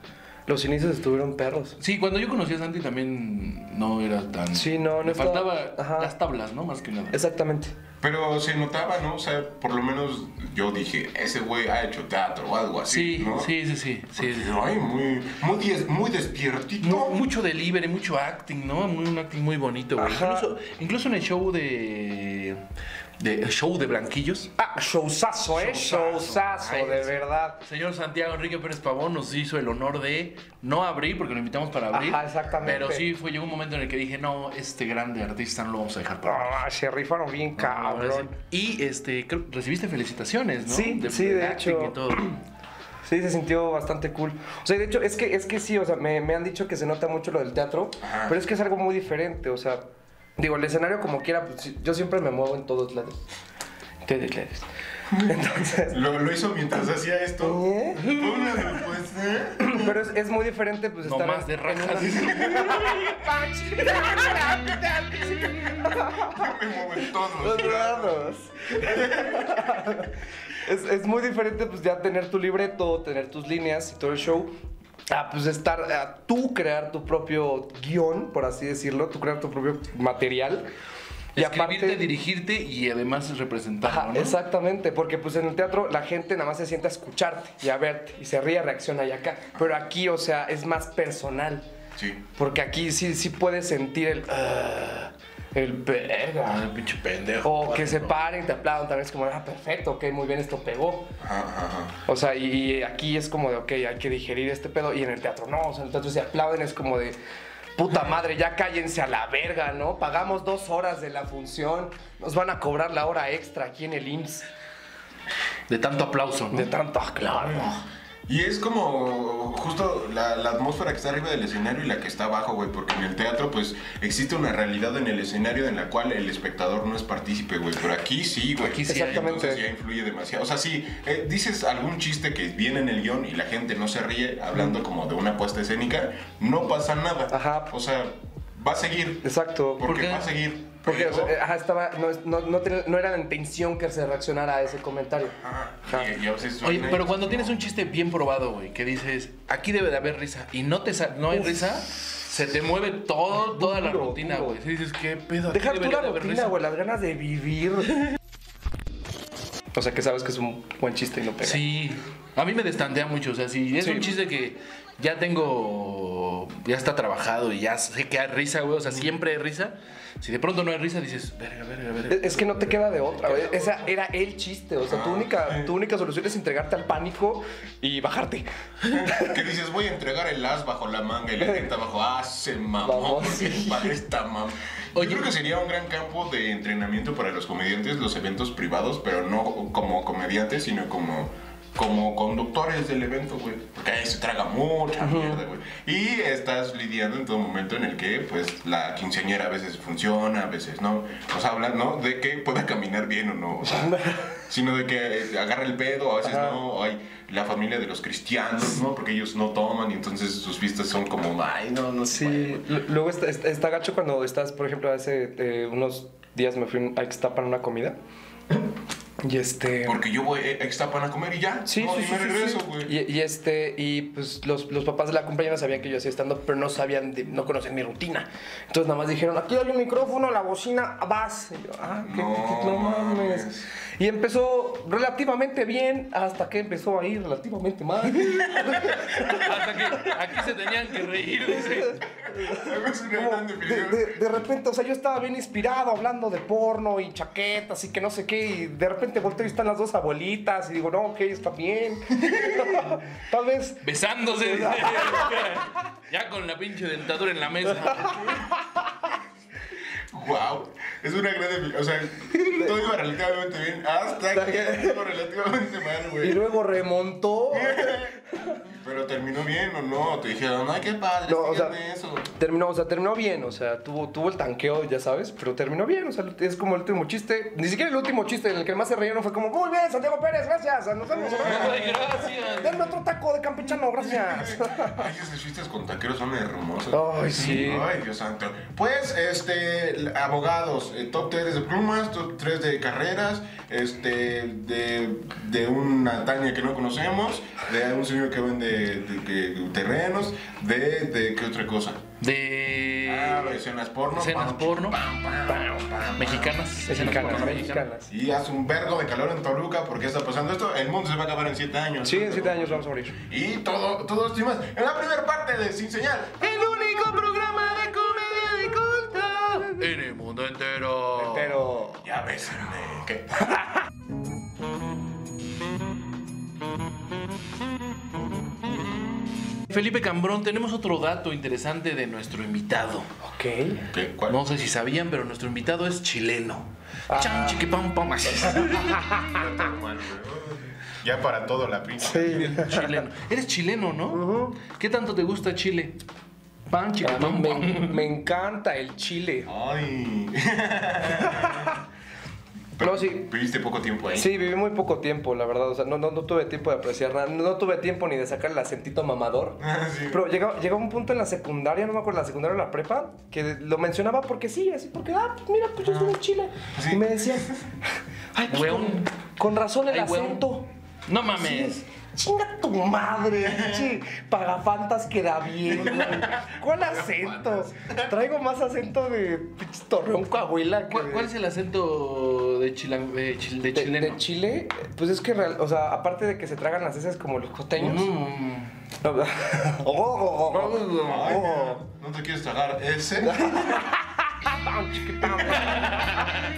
Los inicios estuvieron perros.
Sí, cuando yo conocí a Santi también no era tan.
Sí, no, no
Le
estaba-
faltaba
ajá.
las tablas, ¿no? Más que nada.
Exactamente.
Pero se notaba, ¿no? O sea, por lo menos yo dije, ese güey ha hecho teatro o algo así,
Sí,
¿no?
sí, sí, sí, sí, sí.
Ay, muy, muy, dies- muy despiertito.
Mu- mucho delivery, mucho acting, ¿no? Muy- Un acting muy bonito, güey.
Ajá.
Incluso, incluso en el show de. de el show de Blanquillos.
Ah, showzazo, eh.
Showzazo.
Showzazo,
Ay,
de
sí.
verdad.
Señor Santiago Enrique Pérez Pavón nos hizo el honor de no abrir, porque lo invitamos para abrir.
Ajá, exactamente.
Pero sí fue, llegó un momento en el que dije, no, este grande artista no lo vamos a dejar para
Ah, se rifaron bien,
abrir.
cabrón.
Y este, creo- recibiste felicitaciones, ¿no?
Sí, sí, de
acting
hecho.
y todo.
Sí, se sintió bastante cool. O sea, de hecho, es que, es que sí, o sea, me, me han dicho que se nota mucho lo del teatro,
Ajá.
pero es que es algo muy diferente, o sea, digo, el escenario como quiera, pues sí, yo siempre me muevo en todos lados. En Todos lados.
<laughs>
Entonces,
Lo, lo hizo mientras hacía esto.
¿eh?
Una, pues, ¿eh? <laughs>
pero es, es muy diferente, pues
No
estar
más
en- <laughs>
de
en
rajas. <laughs>
<laughs>
Me muevo en todos
Los lados. es, es muy diferente, pues ya tener tu libreto, tener tus líneas y todo el show. A pues estar, a tú crear tu propio guión, por así decirlo, tú crear tu propio material.
Y dirigirte y además representar.
Ajá, exactamente, porque pues en el teatro la gente nada más se sienta a escucharte y a verte y se ríe, reacciona y acá. Pero aquí, o sea, es más personal.
Sí.
Porque aquí sí, sí puedes sentir el. "Ah", el verga.
pinche pendejo.
O que se paren, te aplaudan, tal vez como, ah, perfecto, ok, muy bien, esto pegó.
Ajá, ajá, ajá.
O sea, y, y aquí es como de, ok, hay que digerir este pedo. Y en el teatro no, o sea, en el teatro se aplauden, es como de, puta madre, ya cállense a la verga, ¿no? Pagamos dos horas de la función, nos van a cobrar la hora extra aquí en el IMSS.
De tanto aplauso, ¿no?
De tanto, ah, claro.
Y es como justo la, la atmósfera que está arriba del escenario y la que está abajo, güey. Porque en el teatro, pues, existe una realidad en el escenario en la cual el espectador no es partícipe, güey. Pero aquí sí, güey.
Aquí sí hay,
Exactamente.
Entonces ya influye demasiado. O sea, sí, eh, dices algún chiste que viene en el guión y la gente no se ríe, hablando como de una puesta escénica, no pasa nada.
Ajá.
O sea, va a seguir.
Exacto.
Porque
Porque-
va a seguir.
Porque, o
Pero-
sea, eh, ajá, estaba, no, es- no, no, tenía- no era la intención que se reaccionara a ese comentario.
Ajá. Y- y a veces
Oye,
suena y
pero
es
cuando
como-
tienes un chiste bien probado, güey, que dices, aquí debe de haber risa, y no te sa- no hay risa, se te mueve todo, toda la
Duro,
rutina,
duro.
güey. Si dices, ¿qué pedo? Aquí
Deja tú
debería
la
de haber
rutina,
risa".
güey, las ganas de vivir. O sea, que sabes que es un buen chiste y no pega.
Sí, a mí me destantea mucho, o sea, si es
Sí.
un chiste que ya tengo, ya está trabajado y ya sé que hay risa, güey, o sea, siempre hay risa, si de pronto no hay risa, dices, verga, verga, verga.
Es es que no te queda de otra, güey. Esa era el chiste. O
Ah,
sea, tu única, tu única solución es entregarte al pánico y bajarte.
<laughs> Que dices, voy a entregar el as bajo la manga y la gente abajo, ah, se mamó.
Vamos,
porque
sí.
para esta mam. Yo
Oye.
creo que sería un gran campo de entrenamiento para los comediantes, los eventos privados, pero no como comediantes, sino como, como conductores del evento, güey. Porque ahí se traga mucha mierda, güey. Y estás lidiando en todo momento en el que, pues, la quinceañera a veces funciona, a veces no. O sea, hablar, ¿no? De que pueda caminar bien o no. O sea, sino de que eh, agarra el pedo, a veces no, o hay la familia de los cristianos, ¿no? Porque ellos no toman y entonces sus fiestas son como, ay, no, no se puede,
Sí,
güey".
lu- luego está, está- está gacho cuando estás, por ejemplo, hace eh, unos días me fui a Ixtapan a una comida Y este.
Porque yo voy a Ixtapan a comer y ya.
Sí,
no,
sí,
y
sí,
me
sí,
regreso,
sí.
güey.
Y, y este, y pues los, los papás de la compañera sabían que yo hacía estando, pero no sabían, de- no conocían mi rutina. Entonces nada más dijeron, aquí hay un micrófono, la bocina, vas. Y yo, ah, qué,
No
qué- no mames.
mames.
Y empezó relativamente bien, hasta que empezó a ir
<laughs>
relativamente mal.
Hasta que aquí se tenían que reír. dice.
<laughs> Es una
Como
gran
de,
definición.
de- de repente, o sea, yo estaba bien inspirado hablando de porno y chaquetas y que no sé qué, y de repente volteo y están las dos abuelitas y digo, no, ok, está bien. <laughs> Tal vez
Besándose. dice. ya con la pinche dentadura en la mesa.
Wow, es una gran definición. O sea, todo iba relativamente bien hasta que iba relativamente mal,
Y
<laughs> güey.
luego remontó.
Pero terminó bien o no, te dijeron, ay, qué padre,
No, o sea,
sigan eso.
terminó, o sea, terminó bien, o sea, tuvo, tuvo el tanqueo, ya sabes, pero terminó bien, o sea, es como el último chiste, ni siquiera el último chiste en el que más se reyeron fue como, muy bien, Santiago Pérez, gracias, nos vemos.
Ay, gracias.
Denme otro taco de campechano, gracias.
Ay, esos chistes con taqueros son hermosos.
Ay, sí.
Ay, Dios santo. Pues, este, l- abogados, eh, top 3 de plumas, top 3 de carreras, este, de, de una Tania que no conocemos, de un señor que vende de- de terrenos, de, de, ¿qué otra cosa?
Eh,
Ah,
De.
escenas porno.
Escenas
pam,
porno.
pam, pam, pam, pam.
Mexicanas. escenas
Mexicanas,
porno mexicanas.
mexicanas.
Y hace un vergo de calor en Toluca, ¿por qué está pasando esto? El mundo se va a acabar en 7 años.
Sí, en siete años vamos a morir.
Y todo, todo esto y más. En la primera parte de Sin Señal.
El único programa de comedia de culto en el mundo entero.
Pero...
Ya ves, eh, ¿qué?
Felipe Cambrón, tenemos otro dato interesante de nuestro invitado.
Ok.
¿Qué? ¿Cuál?
No sé si sabían, pero nuestro invitado es chileno. Chan, chiquipam, <laughs> pam, así.
Ya para todo la pinche.
chileno. Eres chileno, ¿no? ¿Qué tanto te gusta Chile? Pan,
A mí
chiquipam,
me,
pam.
Ah, me encanta el chile.
Ay. <laughs>
No, sí.
Viviste poco tiempo ahí.
Sí, viví muy poco tiempo, la verdad. O sea, no, no, no tuve tiempo de apreciar nada. No tuve tiempo ni de sacar el
<laughs>
acentito mamador.
Ah, Sí.
Pero llegó, llegó un punto en la secundaria, no me acuerdo, la secundaria o la prepa, que lo mencionaba porque sí, así porque, ah, pues mira, pues yo soy de Chile.
Sí.
Y me decían, ay, pues
Weón.
con, con razón el
Ay, weón.
acento.
No mames.
Chinga
<laughs>
tu madre, pinche pagafantas queda bien, güey. ¿Cuál acento? Traigo más acento de pinche Torreón Coahuila que
¿Cuál,
de-
cuál es el acento de, chilan- de chil- de
de,
chileno?
de Chile, pues es que, real- o sea, aparte de que se tragan las heces como los costeños. <laughs>
Mm.
No, no. Oh, oh, oh, oh.
Ay,
Oh.
no te quieres tragar ese.
<laughs>
Sí,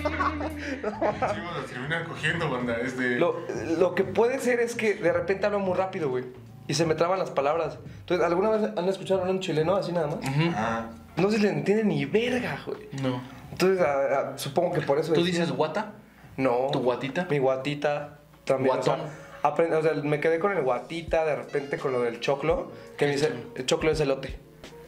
vamos a terminar cogiendo, banda. Este.
<laughs> Lo, lo que puede ser es que de repente hablo muy rápido, güey. Y se me traban las palabras. Entonces, ¿alguna vez han escuchado hablar a un chileno así nada más?
Ah,
No se le entiende ni verga, güey.
No.
Entonces, a- a- supongo que por eso...
¿Tú
es-
dices guata?
No.
¿Tu guatita?
Mi guatita también.
Guatón.
O sea, aprend- o sea, me quedé con el guatita, de repente con lo del choclo, que me dice, el choclo es elote.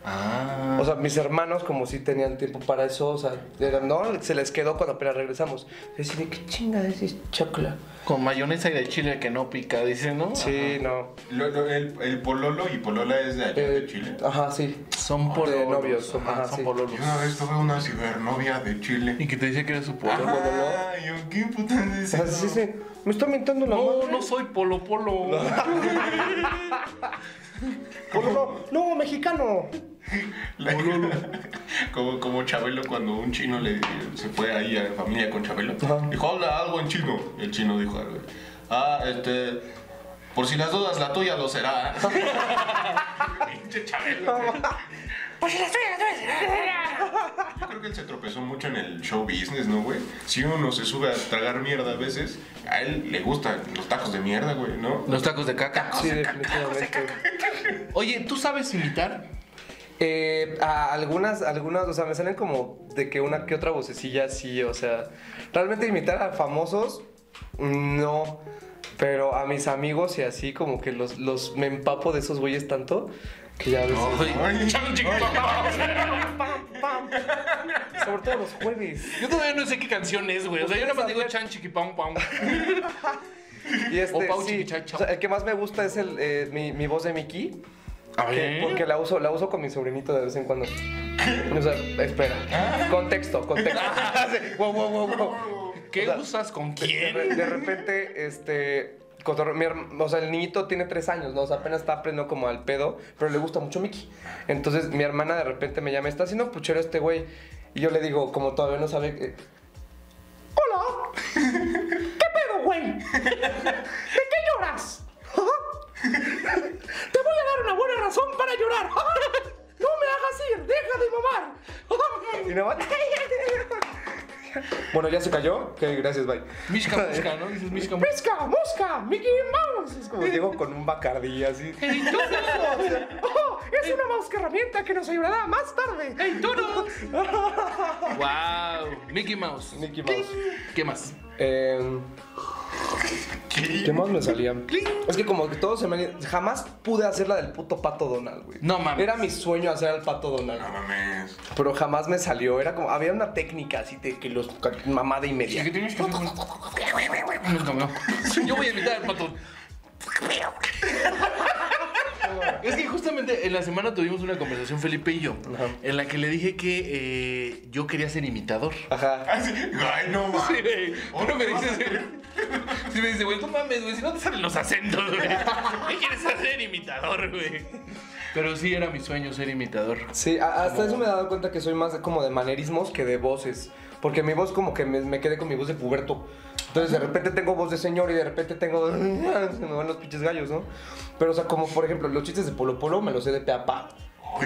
Ah.
O sea, mis hermanos como si tenían tiempo para eso, o sea, eran- no, se les quedó cuando apenas regresamos. Decir, ¿qué chinga es choclo?
Con mayonesa y de chile que no pica, dice, ¿no?
Sí, no.
lo- lo- el, el pololo y polola es de allá de
Eh,
Chile.
Ajá, sí.
Son
Ah, De
pololos.
novios, son-
Ajá,
ajá,
son
sí.
pololos.
Yo una vez tuve una cibernovia de Chile.
Y que te dice que eres su polo.
Ah, yo, ¿qué puta es
O sea,
eso?
sí, sí. Me está mintiendo la
No,
madre.
no soy polo polo.
Polo, no. No, mexicano.
La- <laughs> como, como Chabelo cuando un chino le, se fue ahí a la familia con Chabelo.
Ajá.
Dijo, habla algo en chino. El chino dijo algo. Ah, este... Por si las dudas, la tuya lo será.
<laughs>
Pinche Chabelo. güey. Yo creo que él se tropezó mucho en el show business, ¿no, güey? Si uno se sube a tragar mierda a veces, a él le gustan los tacos de mierda, güey, ¿no?
Los tacos de caca.
Sí, definitivamente.
Oye, ¿tú sabes imitar?
Eh, a algunas, algunas, o sea, me salen como de que una que otra vocecilla sí, o sea, realmente imitar a famosos, no, pero a mis amigos y así como que los, los me empapo de esos güeyes tanto que ya a veces-
Ay.
¡Pam, pam! <laughs> Sobre todo los jueves.
Yo todavía no sé qué canción es, güey. O sea, yo nada más digo chan chiquipam pam.
Y este,
O Pau
sí,
Chiquichacha.
o sea, el que más me gusta es el, eh, mi, mi voz de Mickey.
A
que- porque la uso, la uso con mi sobrinito de vez en cuando.
<laughs>
O sea, espera. Contexto, contexto. Sí, wow, wow, wow, wow.
¿Qué
O sea,
usas con
De- de re-
quién?
De, repente, este. cotorre- mi herm- o sea, el niñito tiene tres años, ¿no? O sea, apenas está aprendiendo como al pedo, pero le gusta mucho Mickey. Entonces, mi hermana de repente me llama, está haciendo puchero este güey. Y yo le digo, como todavía no sabe. que- ¡Hola! <laughs> ¿Qué pedo, güey? ¿De qué lloras? <laughs> ¿Ah? Te voy a dar una buena razón para llorar. <laughs> ¡No me hagas ir! ¡Deja de mamar! Y nada más- <laughs> Bueno, ya se cayó. Ok, gracias, bye.
Mishka Mushka, ¿no? Dices Mishka Mushka.
¡Pesca! ¡Mosca! ¡Mickey Mouse! Es como llego con un bacardí
<laughs>
así. <laughs> ¡Oh! ¡Es una mouse herramienta que nos ayudará más tarde! ¡Hey,
¡Wow! Mickey Mouse.
<laughs> Mickey Mouse.
¿Qué más?
Eh, ¿Qué más me salía? Es que como que todo se me... Jamás pude hacer la del puto Pato Donald, güey.
No mames.
Era mi sueño hacer al Pato Donald.
No mames.
Pero jamás me salió. Era como... Había una técnica así de que los... Mamada y media.
¿Qué tienes que hacer con- Nunca me lo- Yo voy a invitar al pato. Es que justamente en la semana tuvimos una conversación Felipe y yo
Ajá.
en la que le dije que eh, yo quería ser imitador.
Ajá.
Ay, Ah, sí. Ay, no mames.
Sí, güey. Pero me dices, sí me dice, güey, no mames, güey, si no te salen los acentos, güey. ¿Qué quieres hacer imitador, güey? Pero sí era mi sueño ser imitador.
Sí, a- hasta eso me he dado cuenta que soy más de- como de manerismos que de voces. Porque mi voz como que me, me quedé con mi voz de puberto. Entonces de repente tengo voz de señor y de repente tengo... <laughs> Se me van los pinches gallos, ¿no? Pero o sea, como por ejemplo los chistes de Polo Polo me los sé de pe a pa.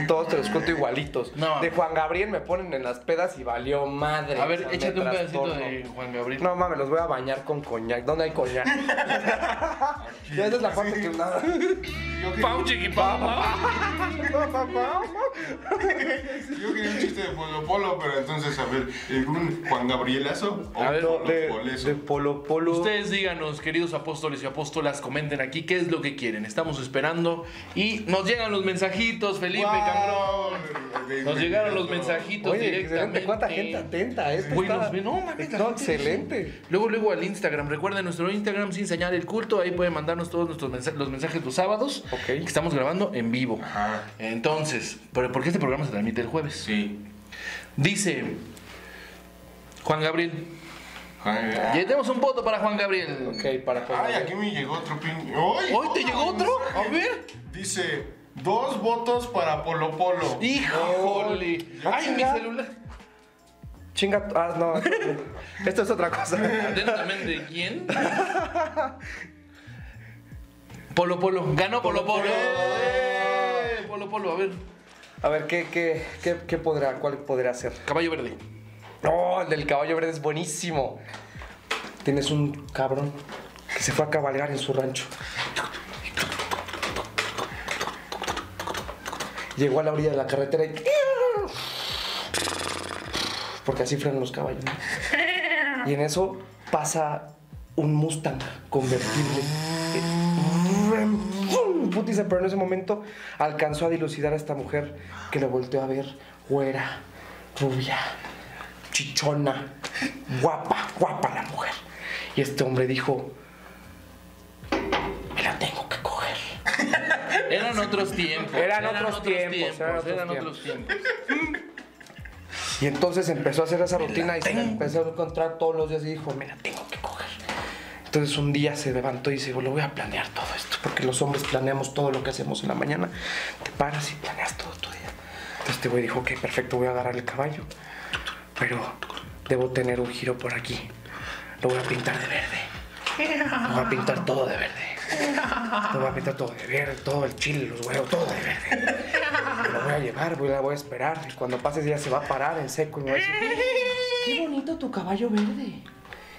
Todos te los cuento igualitos.
No.
De Juan Gabriel me ponen en las pedas y valió madre.
A
o
ver,
sea, me
échate un pedacito
trastorno.
de Juan Gabriel.
No mames, los voy a bañar con coñac. ¿Dónde hay
<laughs>
coñac? ya esa es la parte que... nada. <laughs>
Yo quería,
Pau, chiqui, pau, pau.
yo quería un chiste de Polo Polo, pero entonces, a ver, eh, un Juan Gabrielazo o
A ver,
un Polo
De,
Poleso.
de Polo Polo...
Ustedes díganos, queridos apóstoles y apóstolas, comenten aquí qué es lo que quieren. Estamos esperando y nos llegan los mensajitos, Felipe, cabrón.
cabrón.
Nos llegaron los mensajitos
Oye,
directamente.
excelente, cuánta gente atenta, esto
Güey,
está-
nos ve- no, mames, la
No,
gente-
excelente.
Luego, luego al Instagram. Recuerden nuestro Instagram sin señal el culto. Ahí pueden mandarnos todos nuestros mensa- los mensajes los sábados.
Ok.
Que estamos grabando en vivo.
Ajá.
Entonces, pero porque este programa se transmite el jueves.
Sí.
Dice Juan Gabriel.
Ay, ah,
Ya tenemos un voto para Juan Gabriel.
Ok, para
Ay,
poner.
aquí me llegó otro pin. ¡Ay!
¿Hoy te llegó otro? A ver.
Dice, dos votos para Polo Polo.
Híjole.
Ah,
Ay, mi
chinga.
celular.
Chinga, tu- ah, no. <laughs> Esto es otra cosa.
Atentamente, ¿quién? Polo Polo. Ganó Polo Polo.
¡Eh!
Polo Polo, a ver.
A ver, ¿qué, qué, qué, qué podrá, cuál podrá ser?
Caballo verde.
No, el del caballo verde es buenísimo. Tienes un cabrón que se fue a cabalgar en su rancho. Llegó a la orilla de la carretera y... Porque así frenan los caballos. ¿no? Y en eso pasa un Mustang convertible. ¡Pum! Putiza, pero en ese momento alcanzó a dilucidar a esta mujer que le volteó a ver güera, rubia, chichona, guapa, guapa la mujer. Y este hombre dijo, me la tengo que coger.
Eran otros tiempos.
Eran otros tiempos, eran otros
Eran otros tiempos.
Y entonces empezó a hacer esa rutina y se la empezó a encontrar todos los días y dijo, me la tengo que coger. Entonces un día se levantó y dijo, lo voy a planear todo esto, porque los hombres planeamos todo lo que hacemos en la mañana. Te paras y planeas todo tu día. Entonces este güey dijo, ok, perfecto, voy a agarrar el caballo, pero debo tener un giro por aquí. Lo voy a pintar de verde. Lo voy a pintar todo de verde. Lo voy a pintar todo de verde, todo el chile, los huevos, todo de verde. Me la voy a llevar, güey, la voy a esperar. Y cuando pases ya se va a parar en seco y me va a decir, ¡qué bonito tu caballo verde!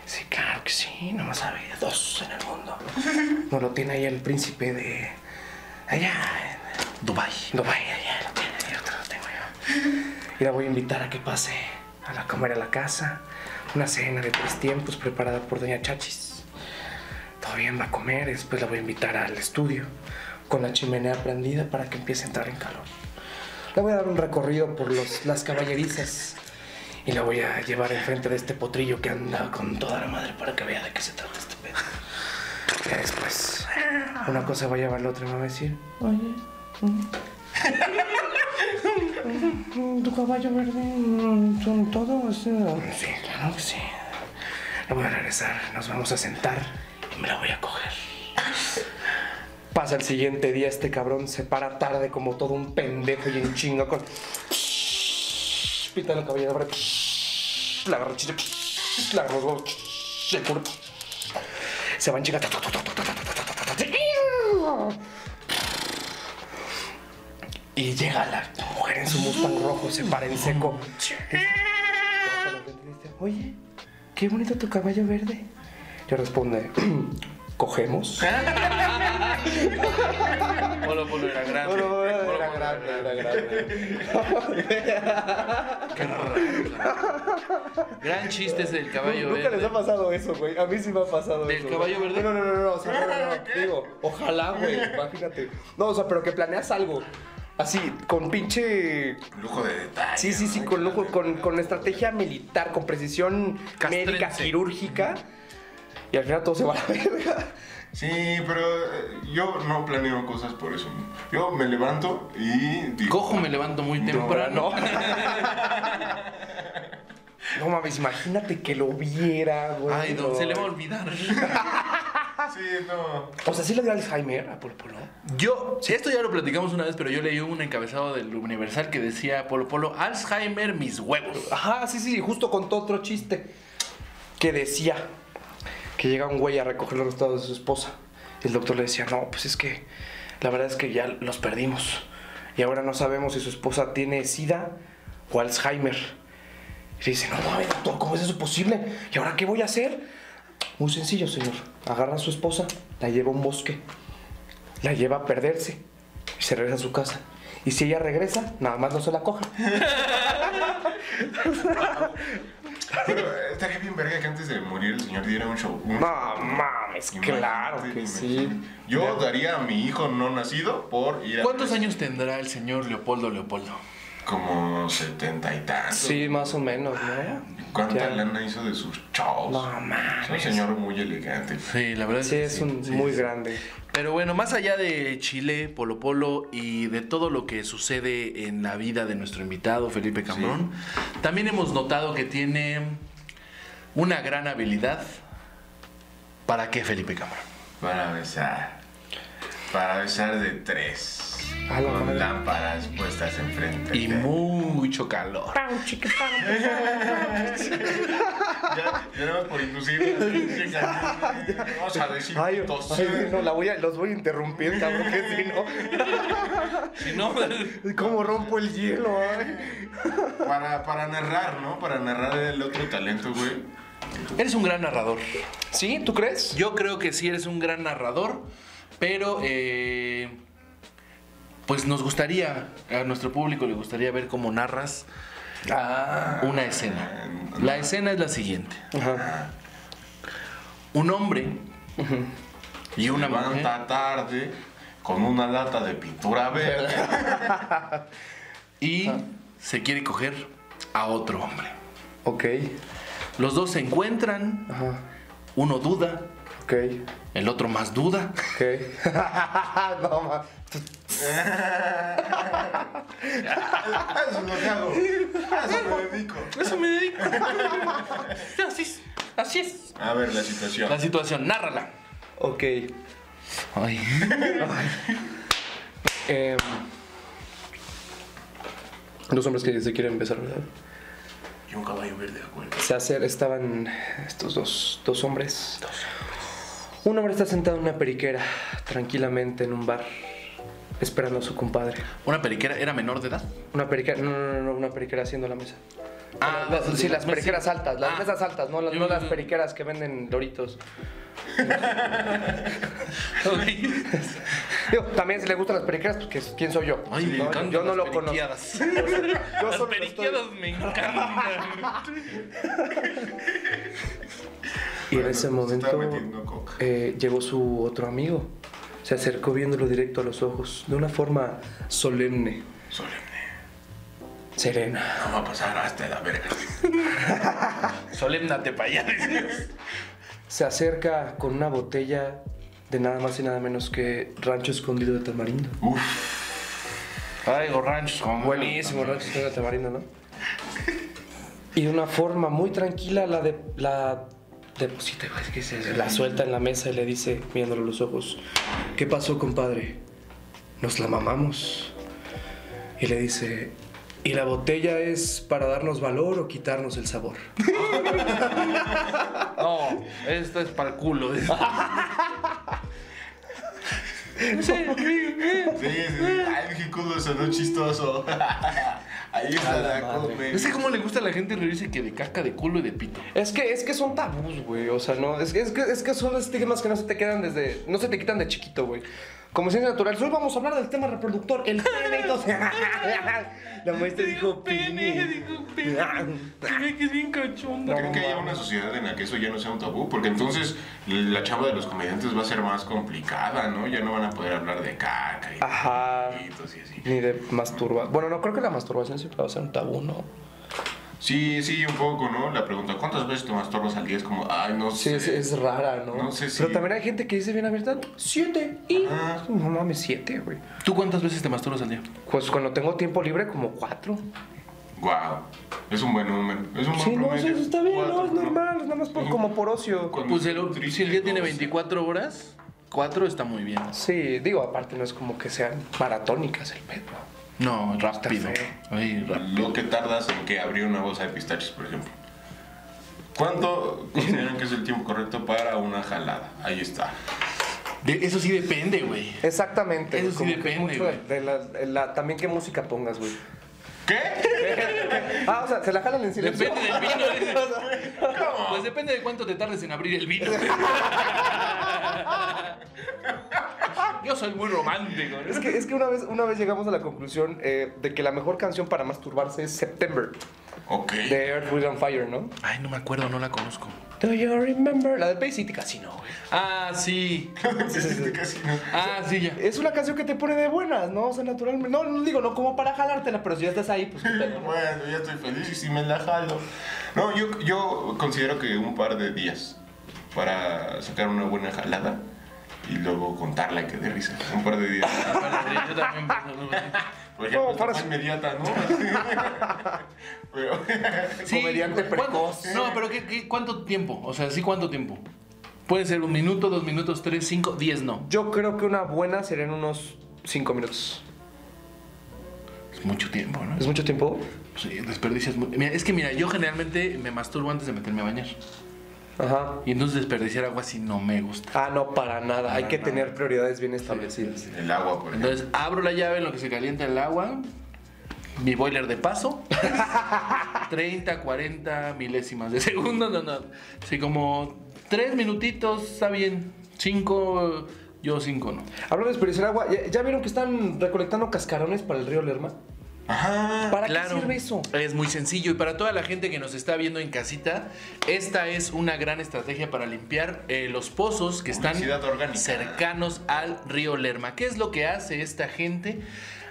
Sí, claro que sí, nomás había dos en el mundo. No lo tiene ahí el príncipe de... Allá, en Dubái. Dubái, allá lo tiene, yo te lo tengo yo. Y la voy a invitar a que pase a la comer a la casa. Una cena de tres tiempos preparada por Doña Chachis. Todo bien, va a comer, después la voy a invitar al estudio con la chimenea prendida para que empiece a entrar en calor. Le voy a dar un recorrido por los- las caballerizas y la voy a llevar enfrente de este potrillo que anda con toda la madre para que vea de qué se trata este pedo. Ya después, una cosa va a llevar a la otra y me va a decir, oye, <laughs> mm, mm, tu caballo verde, mm, son todo, o sea, sí, claro que sí. No voy a regresar. Nos vamos a sentar y me la voy a coger. Pasa el siguiente día, este cabrón se para tarde como todo un pendejo y en chinga con. Pita la cabellera, abre, la agarra el chile, la agarra los huevos, el culo. Se van chingando. Y llega la mujer en su mustang rojo, se para en seco. Oye, qué bonito tu caballo verde. Yo responde, <clears throat> cogemos.
Polo Polo era grande.
Polo Polo era
Polo
grande, era
Qué raro. Gran chiste es del caballo
Nunca
verde.
les ha pasado eso, güey. A mí sí me ha pasado
¿Del
eso.
caballo
güey.
verde?
No, no, no, no, no, o sea, no, no, no. Digo, ojalá, güey. Imagínate. No, o sea, pero que planeas algo. Así, con pinche.
Lujo de detalle.
Sí, sí, sí, con lujo, con, con estrategia militar, con precisión
Castrense.
médica, quirúrgica. Y al final todo se va a la verga.
Sí, pero eh, yo no planeo cosas por eso. Yo me levanto y digo,
Cojo me levanto muy
No.
temprano.
No mames, imagínate que lo viera, güey.
Ay,
no.
don, se le va a olvidar.
Sí, no.
O sea, sí le dio Alzheimer a Polo Polo.
Yo, esto ya lo platicamos una vez, pero yo leí un encabezado del Universal que decía Polo Polo, Alzheimer, mis huevos.
Ajá, sí, sí, justo contó otro chiste que decía que llega un güey a recoger los resultados de su esposa. El doctor le decía, no, pues es que la verdad es que ya los perdimos. Y ahora no sabemos si su esposa tiene SIDA o Alzheimer. Y dice, no mames, doctor, ¿cómo es eso posible? ¿Y ahora qué voy a hacer? Muy sencillo, señor. Agarra a su esposa, la lleva a un bosque, la lleva a perderse y se regresa a su casa. Y si ella regresa, nada más no se la coja.
Pero eh, estaría bien verga que antes de morir el señor diera un show. un-
No mames,
Imagínate,
claro que sí.
imagínate. Yo daría a mi hijo no nacido por ir a.
¿Cuántos años tendrá el señor Leopoldo Leopoldo?
Como setenta y tantos.
Sí, más o menos, ¿no?
¿Cuánta
Ya.
lana hizo de sus shows?
No mames.
Es un señor muy elegante.
Sí, la verdad
Sí, es un
sí,
muy
sí.
grande.
Pero bueno, más allá de Chile, Polo Polo y de todo lo que sucede en la vida de nuestro invitado Felipe Cambrón, también hemos notado que tiene una gran habilidad. ¿Para qué Felipe Cambrón?
Para besar. Para besar de tres.
A la madre.
Con lámparas puestas enfrente.
Y
de-
mucho calor.
Ya, ya nada más por
<laughs>
inducir. Vamos a decir
Ay,
tos.
ay, no, la voy a- los voy a interrumpir, cabrón, que si no.
Si no, <laughs>
¿Cómo rompo el hielo? ay?
Para, para narrar, ¿no? Para narrar el otro talento, güey.
eres un gran narrador.
¿Sí? ¿Tú crees?
Yo creo que sí eres un gran narrador, pero eh, pues nos gustaría, a nuestro público le gustaría ver cómo narras
Ah.
una escena. La escena es la siguiente.
Ajá.
Un hombre y
Se
una mujer
levanta tarde con una lata de pintura verde.
y se quiere coger a otro hombre.
Ok.
Los dos se encuentran,
Ajá.
uno duda,
Ok.
el otro más duda.
Ok. <laughs> no mames.
<laughs> Eso es lo que hago. A Eso me dedico.
Eso me dedico. Así es. Así es.
A ver la situación.
La situación, nárrala.
Ok.
Ay.
Em, Dos hombres que se quieren besar, ¿verdad?
Y un caballo verde, acuerdo.
se acer- estaban estos dos, dos hombres. Un hombre está sentado en una periquera, tranquilamente en un bar, esperando a su compadre.
¿Una periquera era menor de edad?
Una periquera, no, no, no, no, una periquera haciendo la mesa.
Ah,
Las-
sí,
sí, las
las mesas.
periqueras altas, las
Ah. <laughs>
mesas altas, no, las- no
Mm.
las periqueras que venden doritos. Digo, también si le gustan las periqueras, pues que- ¿quién soy yo?
Ay, me
No,
encantan
yo no
las
lo conozco.
periqueadas.
Yo
<laughs> las
solo estoy-
periqueadas me encantan.
Y en ese
Se está
momento
metiendo coca.
eh, llegó su otro amigo. Se acercó viéndolo directo a los ojos, de una forma solemne,
Solemne.
serena.
No va a pasar hasta la verga.
Solemnate para allá. dices.
Se acerca con una botella de nada más y nada menos que Rancho Escondido de Tamarindo.
Uf.
Ay, ranchos con
Buenísimo, Rancho Escondido de Tamarindo, ¿no? Y de una forma muy tranquila la, de, la deposita, güey, es que se la suelta en la mesa y le dice, mirándole los ojos, ¿qué pasó, compadre? Nos la mamamos. Y le dice, ¿y la botella es para darnos valor o quitarnos el sabor?
No, esto es para el culo.
Ah.
Sí, sí, sí. Ay, dije culo, sonó chistoso. <laughs> Ahí está la come.
Es que cómo le gusta a la gente reírse que de caca, de culo y de pito.
Es que, es que son tabús, güey. O sea, no. Es que, es que, es que son estigmas que no se te quedan desde. No se te quitan de chiquito, güey. Como ciencia natural, hoy vamos a hablar del tema reproductor, el pene y todo. <laughs> La maestra dijo pene. Dijo <laughs> pene. que es bien cachondo.
¿Creen que haya una sociedad en la que eso ya no sea un tabú? Porque entonces la chamba de los comediantes va a ser más complicada, ¿no? Ya no van a poder hablar de caca y de
Ajá.
pitos y así.
Ni de masturbación. Bueno, no creo que la masturbación siempre va a ser un tabú, ¿no?
Sí, sí, un poco, ¿no? La pregunta, ¿cuántas veces te masturbas al día? Es como, ay, no
Sí,
sé.
es, es rara, ¿no?
No sé si-
Pero también hay gente que dice bien abierta, siete. Y.
Ajá.
No mames, siete, güey.
¿Tú cuántas veces te masturbas al día?
Pues cuando tengo tiempo libre, como cuatro.
Wow. Es un buen número. Es un buen
Sí, no,
promedio.
eso eso está bien,
Cuatro,
no, es normal, es nada más por, como por ocio.
Cuando
Pues el-
estoy triste,
si el día tiene
no sé.
24 horas, 4 está muy bien.
Sí, digo, aparte no es como que sean maratónicas el pedo.
No, rápido.
feo.
Ay, rápido.
Lo que tardas en que abrir una bolsa de pistachos, por ejemplo. ¿Cuánto consideran que es el tiempo correcto para una jalada? Ahí está.
De- eso sí depende, güey.
Exactamente.
Eso sí
como que
depende,
mucho de- de la- de la- también qué música pongas, güey. <laughs>
¿Qué?
Ah, o sea, se la jalan en silencio.
Depende del vino.
<laughs>
dice. Pues depende de cuánto te tardes en abrir el vino. Yo soy muy romántico. ¿no?
Es que, es que una, vez, una vez llegamos a la conclusión eh, de que la mejor canción para masturbarse es September,
Ok. <laughs>
de Earth, Wind and Fire, ¿no?
Ay, no me acuerdo, no la conozco.
Do you remember? La de Bay City Casino, güey.
Ah, sí.
Casi no.
Ah,
<laughs>
sí, ya.
Es una canción que te pone de buenas, ¿no? O sea, naturalmente. No, no digo, no como para jalártela, pero si ya estás ahí, pues qué pedo, ¿no?
Bueno, ya estoy feliz y si me la jalo. No, yo, yo considero que un par de días para sacar una buena jalada y luego contarla que de risa. Un par de días.
Bueno, yo también pienso algo así.
Por ejemplo,
No, para-
esta fue inmediata,
<laughs>
¿no? <laughs> Pero-
Comediante
¿cuánto-
precoz.
No, pero ¿qué, qué, cuánto tiempo? O sea, sí, ¿cuánto tiempo? Puede ser un minuto, dos minutos, tres, cinco, diez, no.
Yo creo que una buena serían unos 5 minutos.
Es mucho tiempo, ¿no?
¿Es mucho tiempo?
Sí, desperdicias mu- Mira, es que mira, yo generalmente me masturbo antes de meterme a bañar.
Ajá.
Y entonces desperdiciar agua así no me gusta.
Ah, no, para nada. Hay que
nada.
tener prioridades bien establecidas.
El agua, por ejemplo.
Entonces abro la llave en lo que se calienta el agua. Mi boiler de paso. 30, 40 milésimas de segundo. No, no. Sí, como tres minutitos está bien. Cinco, yo cinco no.
Hablo de desperdiciar agua. ¿Ya, ya vieron que están recolectando cascarones para el río Lerma?
Ajá.
¿Para qué sirve eso?
Es muy sencillo. Y para toda la gente que nos está viendo en casita, esta es una gran estrategia para limpiar eh, los pozos que están
Publicidad orgánica.
cercanos al río Lerma. ¿Qué es lo que hace esta gente?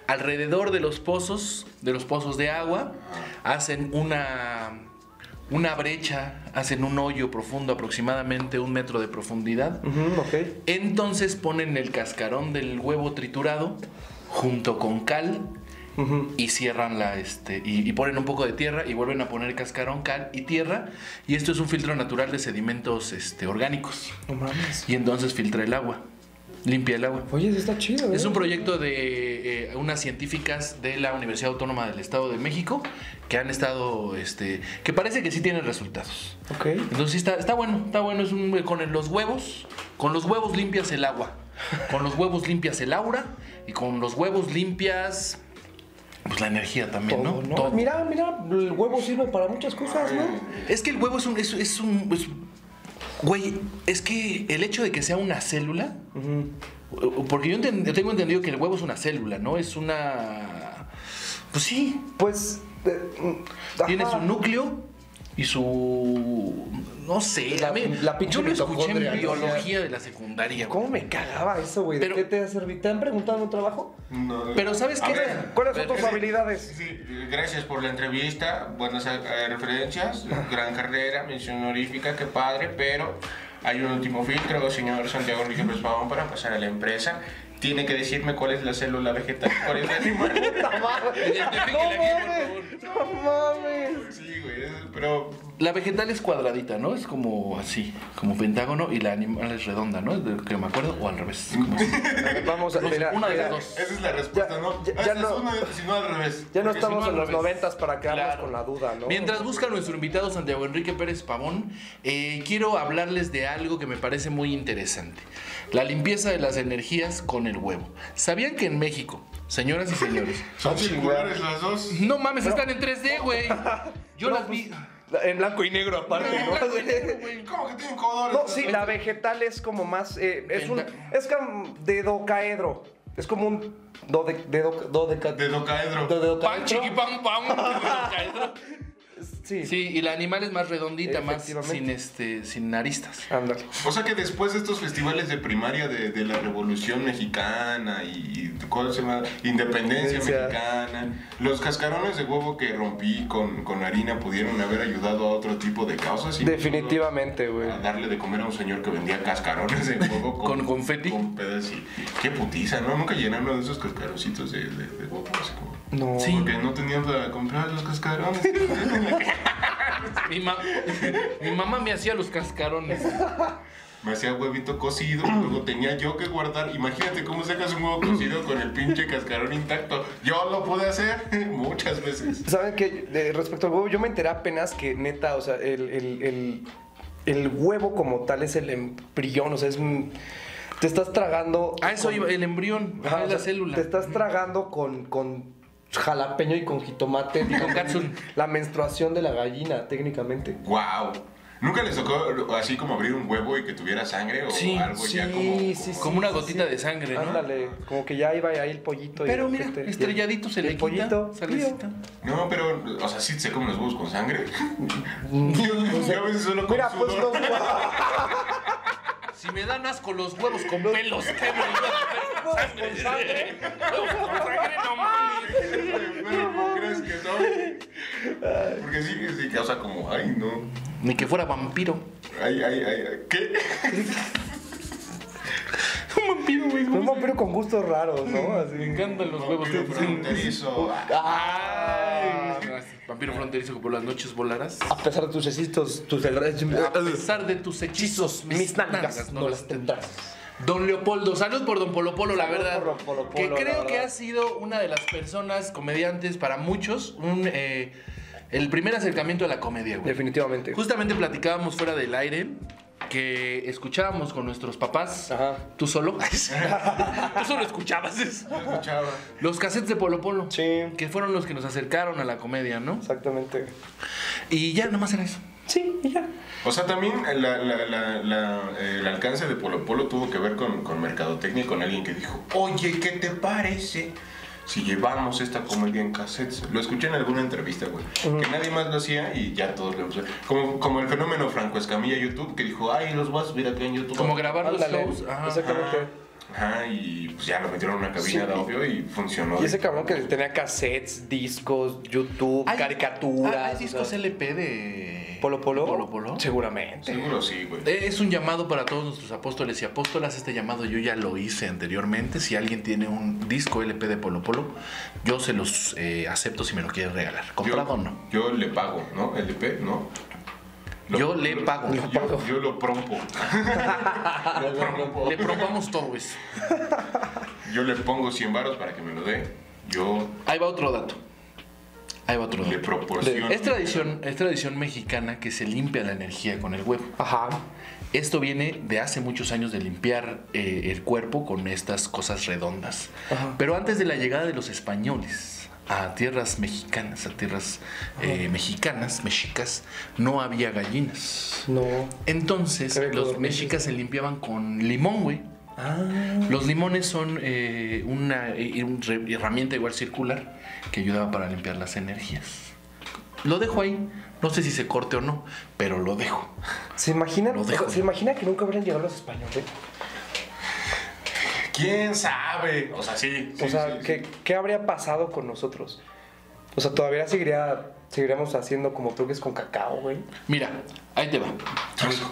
Alrededor de los pozos, de los pozos de agua,
Ah.
hacen una, una brecha, hacen un hoyo profundo, aproximadamente un metro de profundidad.
Ujú, ok.
Entonces ponen el cascarón del huevo triturado junto con cal
Ujú.
y cierran la este y, y ponen un poco de tierra y vuelven a poner cascarón, cal y tierra y esto es un filtro natural de sedimentos este orgánicos
No mames.
y entonces filtra el agua, limpia el agua.
Oye, eso está chido, ¿eh?
Es un proyecto de eh, unas científicas de la Universidad Autónoma del Estado de México que han estado este que parece que sí tienen resultados.
Ok.
Entonces sí está, está bueno, está bueno. Es un con el- los huevos, con los huevos limpias el agua, con los huevos limpias el aura y con los huevos limpias pues la energía también,
Todo,
¿no?
¿no?
Todo.
Mira, mira, el huevo sirve para muchas cosas, ¿no?
Es que el huevo es un, es, es un es- güey, es que el hecho de que sea una célula, porque yo, enten- yo tengo entendido que el huevo es una célula, ¿no? Es una, pues sí,
Pues. eh, mm,
tiene
ajá.
su núcleo y su no sé
La-
a mí-
la pinche
yo lo escuché
mitocondria,
en
¿no?
biología de la secundaria güey.
¿Cómo me cagaba eso, güey? ¿De
Pero-
qué te hace servir? ¿Te han preguntado en un
<laughs>
trabajo?
No.
Pero ¿sabes
A
qué?
ver.
¿Cuáles
A
son
ver,
tus habilidades?
Sí, gracias por la entrevista, buenas eh, referencias, gran carrera, mención honorífica, qué padre, pero hay un último filtro, señor Santiago Enrique Pérez Pavón, para pasar a la empresa. Tiene que decirme cuál es la célula vegetal, <laughs> cuál es la animal.
<laughs> ¡No mames! ¡No mames!
Sí, güey, es- pero
La vegetal es cuadradita, ¿no? Es como así, como pentágono, y la animal es redonda, ¿no? Es de lo que me acuerdo, o al revés.
<laughs>
como así.
Vamos a
Los-
mira,
una de
mira,
las dos.
Esa es la respuesta,
Ya-
¿no?
ya- ya
Esa
no-
es una, si no al revés.
Ya
Porque
no
si
estamos
al
en los
revés.
noventas para quedarnos
Claro.
con la duda, ¿no?
Mientras busca nuestro invitado Santiago Enrique Pérez Pavón, eh, quiero hablarles de algo que me parece muy interesante. La limpieza de las energías con el huevo. ¿Sabían que en México, señoras y señores,
Son singulares las dos.
no mames, están en 3D, güey?
<laughs>
Yo
No,
las vi...
pues, En blanco y negro, aparte, ¿no? <laughs>
¿Cómo que tienen colores?
No, sí, la vegetal es como más. eh, es un. Es como dedocaedro. Es como un. Dode, dedo, dodeca,
De docaedro.
Pan
dodecaedro.
chiqui pam pam.
Sí.
Sí, y la animal es más redondita, más sin
Efectivamente.
este, sin aristas.
Ándale.
O sea que después de estos festivales de primaria de, de la Revolución Mexicana y ¿cuál se llama? Independencia
Independencia.
Mexicana, los cascarones de huevo que rompí con, con harina pudieron haber ayudado a otro tipo de causas. incluso
Definitivamente, güey.
A darle de comer a un señor que vendía cascarones de huevo
Con confeti.
Con pedas y- Qué putiza, ¿no? Nunca llenaron de esos cascaroncitos de, de, de huevo. Así como...
No.
Sí.
Porque no tenían para comprar los cascarones.
Mi, ma- <laughs> mi mamá me hacía los cascarones.
Me hacía huevito cocido, luego tenía yo que guardar. Imagínate cómo sacas un huevo cocido con el pinche cascarón intacto. Yo lo pude hacer <laughs> muchas veces.
¿Saben qué? De- respecto al huevo, yo me enteré apenas que neta, o sea, el, el- el- el huevo como tal es el embrión, o sea, es. un- Te estás tragando.
A Ah, eso
con-
iba, el embrión,
Ajá,
ajá,
Ah, o
la
sea,
célula.
Te estás tragando con, con jalapeño y con jitomate. Y
con catsup.
La menstruación de la gallina, técnicamente.
¡Wow! ¿Nunca les tocó así como abrir un huevo y que tuviera sangre o
Sí,
algo
sí,
ya como,
sí,
como-
Como una gotita de sangre, ¿no?
Ándale, como que ya iba ahí el pollito. y
Pero
de
mira,
repente- Este, y-
estrelladito se
y
le
el pollito.
quita. salecita.
No, pero, o sea, sí se comen los huevos con sangre. <laughs> yo, yo a veces solo con
Mira,
<laughs>
pues
sudor.
los huevos
Ah, Si me dan asco los huevos con
<laughs>
pelos, ¿qué me voy a hacer
con
<laughs>
sangre.
con sangre? No mames.
Pero, ¿cómo crees que son? Porque sí, sí causa como, ay, no.
Ni que fuera vampiro.
Ay, ay, ay, ay. ¿Qué?
Un vampiro, güey.
Un vampiro con gustos raros, ¿no?
Me
Así.
encantan los huevos.
Vampiro fronterizo.
Ay,
Ah,
vampiro fronterizo que por las noches volarás.
A pesar de tus hechizos, tus
Eh,
ah,
A pesar de tus hechizos,
mis nalgas
no
no
las
las tendrás.
Don Leopoldo, salud por Don Polo Polo, la
Salud
verdad.
por Don Polo Polo,
que
la
creo que
verdad.
ha sido una de las personas, comediantes para muchos, un, eh, el primer acercamiento a la comedia, güey.
Definitivamente.
Justamente platicábamos fuera del aire que escuchábamos con nuestros papás.
Ajá.
Tú solo. <laughs> Tú solo escuchabas.
Yo Ah, escuchaba.
Los cassettes de Polo Polo.
Sí.
Que fueron los que nos acercaron a la comedia, ¿no?
Exactamente.
Y ya, nomás era eso.
Sí, y ya.
O sea, también la- la- la- la- eh, el alcance de Polo Polo tuvo que ver con, con mercadotecnia y con alguien que dijo, oye, ¿qué te parece? Si llevamos esta comedia en cassettes. Lo escuché en alguna entrevista, güey. Que nadie más lo hacía y ya todos lo usaban. Como, como el fenómeno Franco Escamilla YouTube, que dijo, ay, los vas a subir acá en YouTube.
Como grabar
Ándale.
los shows. ajá.
Exactamente.
Ajá, y pues ya lo metieron en una cabina de audio y funcionó.
Y ese cabrón que tenía cassettes, discos, YouTube,
Hay-
caricaturas.
Ah, ¿Hay
o
discos
sea,
LP de
Polo Polo.
Polo Polo?
Seguramente.
Seguro sí, güey.
Eh, Es un llamado para todos nuestros apóstoles y apóstolas. Este llamado yo ya lo hice anteriormente. Si alguien tiene un disco LP de Polo Polo, yo se los eh, acepto si me lo quiere regalar. Comprado o no.
Yo le pago, ¿no? LP, ¿no? Lo-
Yo le pago.
Yo, yo lo prompo.
<laughs>
Lo prompo.
Le probamos todo eso.
Yo le pongo 100 varos para que me lo dé. Yo
Ahí va otro dato. Ahí va otro
le
dato.
proporciono.
Es tradición, es tradición mexicana que se limpia la energía con el huevo.
Ajá.
Esto viene de hace muchos años de limpiar eh, el cuerpo con estas cosas redondas.
Ajá.
Pero antes de la llegada de los españoles a tierras mexicanas, a tierras eh, mexicanas, mexicas, no había gallinas.
No.
Entonces,
Creo que
los
dormí.
mexicas se limpiaban con limón, güey.
Ah.
Los limones son eh, una, eh, un re- herramienta igual circular que ayudaba para limpiar las energías. Lo dejo ahí. No sé si se corte o no, pero lo dejo.
¿Se imaginan?
Lo dejo.
o sea, ¿Se imagina que nunca hubieran llegado los españoles?
¿Quién sabe? O sea, sí. sí,
o sea,
sí,
¿qué,
sí.
qué habría pasado con nosotros? O sea, todavía seguiría, seguiríamos haciendo como truques con cacao, güey.
Mira, ahí te va.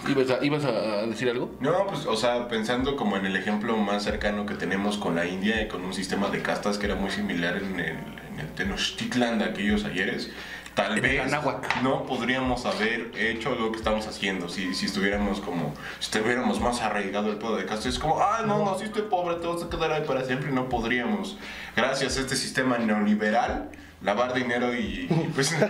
¿Ibas a, ibas a decir algo?
No, pues, o sea, pensando como en el ejemplo más cercano que tenemos con la India y con un sistema de castas que era muy similar en el, en el Tenochtitlan de aquellos ayeres, Tal
En el
vez
Anáhuac.
no podríamos haber hecho lo que estamos haciendo si, si estuviéramos como, si estuviéramos más arraigado el pueblo de Castro. Es como, ah, no, naciste pobre, te vas a quedar ahí para siempre y no podríamos. Gracias a este sistema neoliberal, lavar dinero y, y, pues <laughs> ser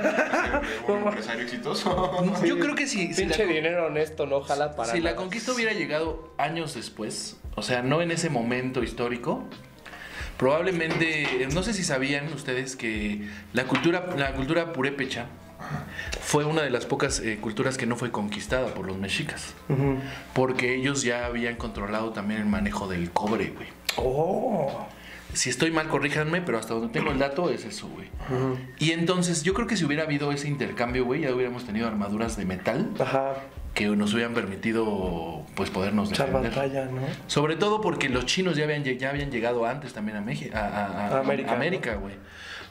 un empresario exitoso.
Yo creo que si, si la,
Pinche
con-
dinero honesto, no jala para.
si la
nada.
conquista hubiera llegado años después, o sea, no en ese momento histórico, probablemente, no sé si sabían ustedes que la cultura, la cultura purépecha fue una de las pocas eh, culturas que no fue conquistada por los mexicas,
Ujú.
porque ellos ya habían controlado también el manejo del cobre, güey.
Oh.
Si estoy mal, corríjanme, pero hasta donde tengo el dato es eso, güey. Y entonces, yo creo que si hubiera habido ese intercambio, güey, ya hubiéramos tenido armaduras de metal
Ajá.
que nos hubieran permitido, pues, podernos
Echar
defender.
batalla, ¿no?
Sobre todo porque los chinos ya habían, lle- ya habían llegado antes también a, México, a, a- a-
A América,
a América, güey.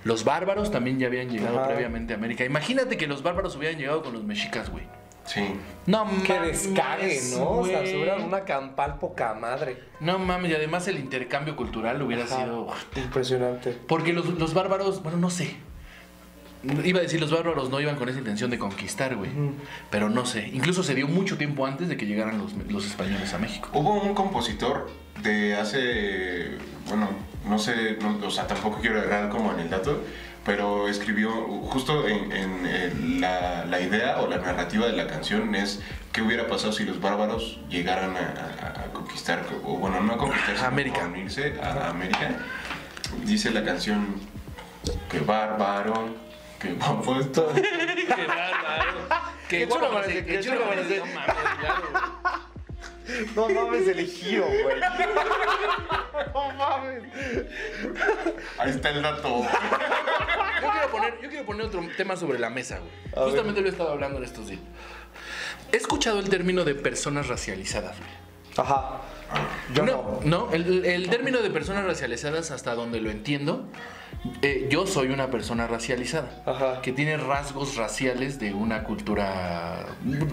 Los bárbaros también ya habían llegado
Ajá.
previamente a América. Imagínate que los bárbaros hubieran llegado con los mexicas, güey.
Sí.
No
Que
mames,
descague, ¿no? O sea,
güey.
se hubieran una campal poca madre.
No mames, y además el intercambio cultural hubiera
Ajá.
sido...
Impresionante.
Porque los, los bárbaros, bueno, no sé. Iba a decir, los bárbaros no iban con esa intención de conquistar, güey. Pero no sé. Incluso se dio mucho tiempo antes de que llegaran los, los españoles a México.
Hubo un compositor de hace, bueno, no sé, no- o sea, tampoco quiero agarrar como en el dato, pero escribió justo en, en- en la, la idea o la narrativa de la canción es qué hubiera pasado si los bárbaros llegaran a, a- a conquistar, o bueno, no a conquistar, sino
América.
a unirse a América. Dice la canción, qué bárbaro, qué guapo estoy".
Qué bárbaro.
Qué chulo amanecer, qué chulo amanecer. No mames, elegido, güey. No mames.
<laughs> Ahí está el dato.
Yo quiero, poner, yo quiero poner otro tema sobre la mesa, güey. Justamente lo he estado hablando en estos días. He escuchado el término de personas racializadas, güey.
Ajá. Yo no.
no, no, el, el término de personas racializadas, hasta donde lo entiendo, eh, yo soy una persona racializada,
Ajá.
que tiene rasgos raciales de una cultura,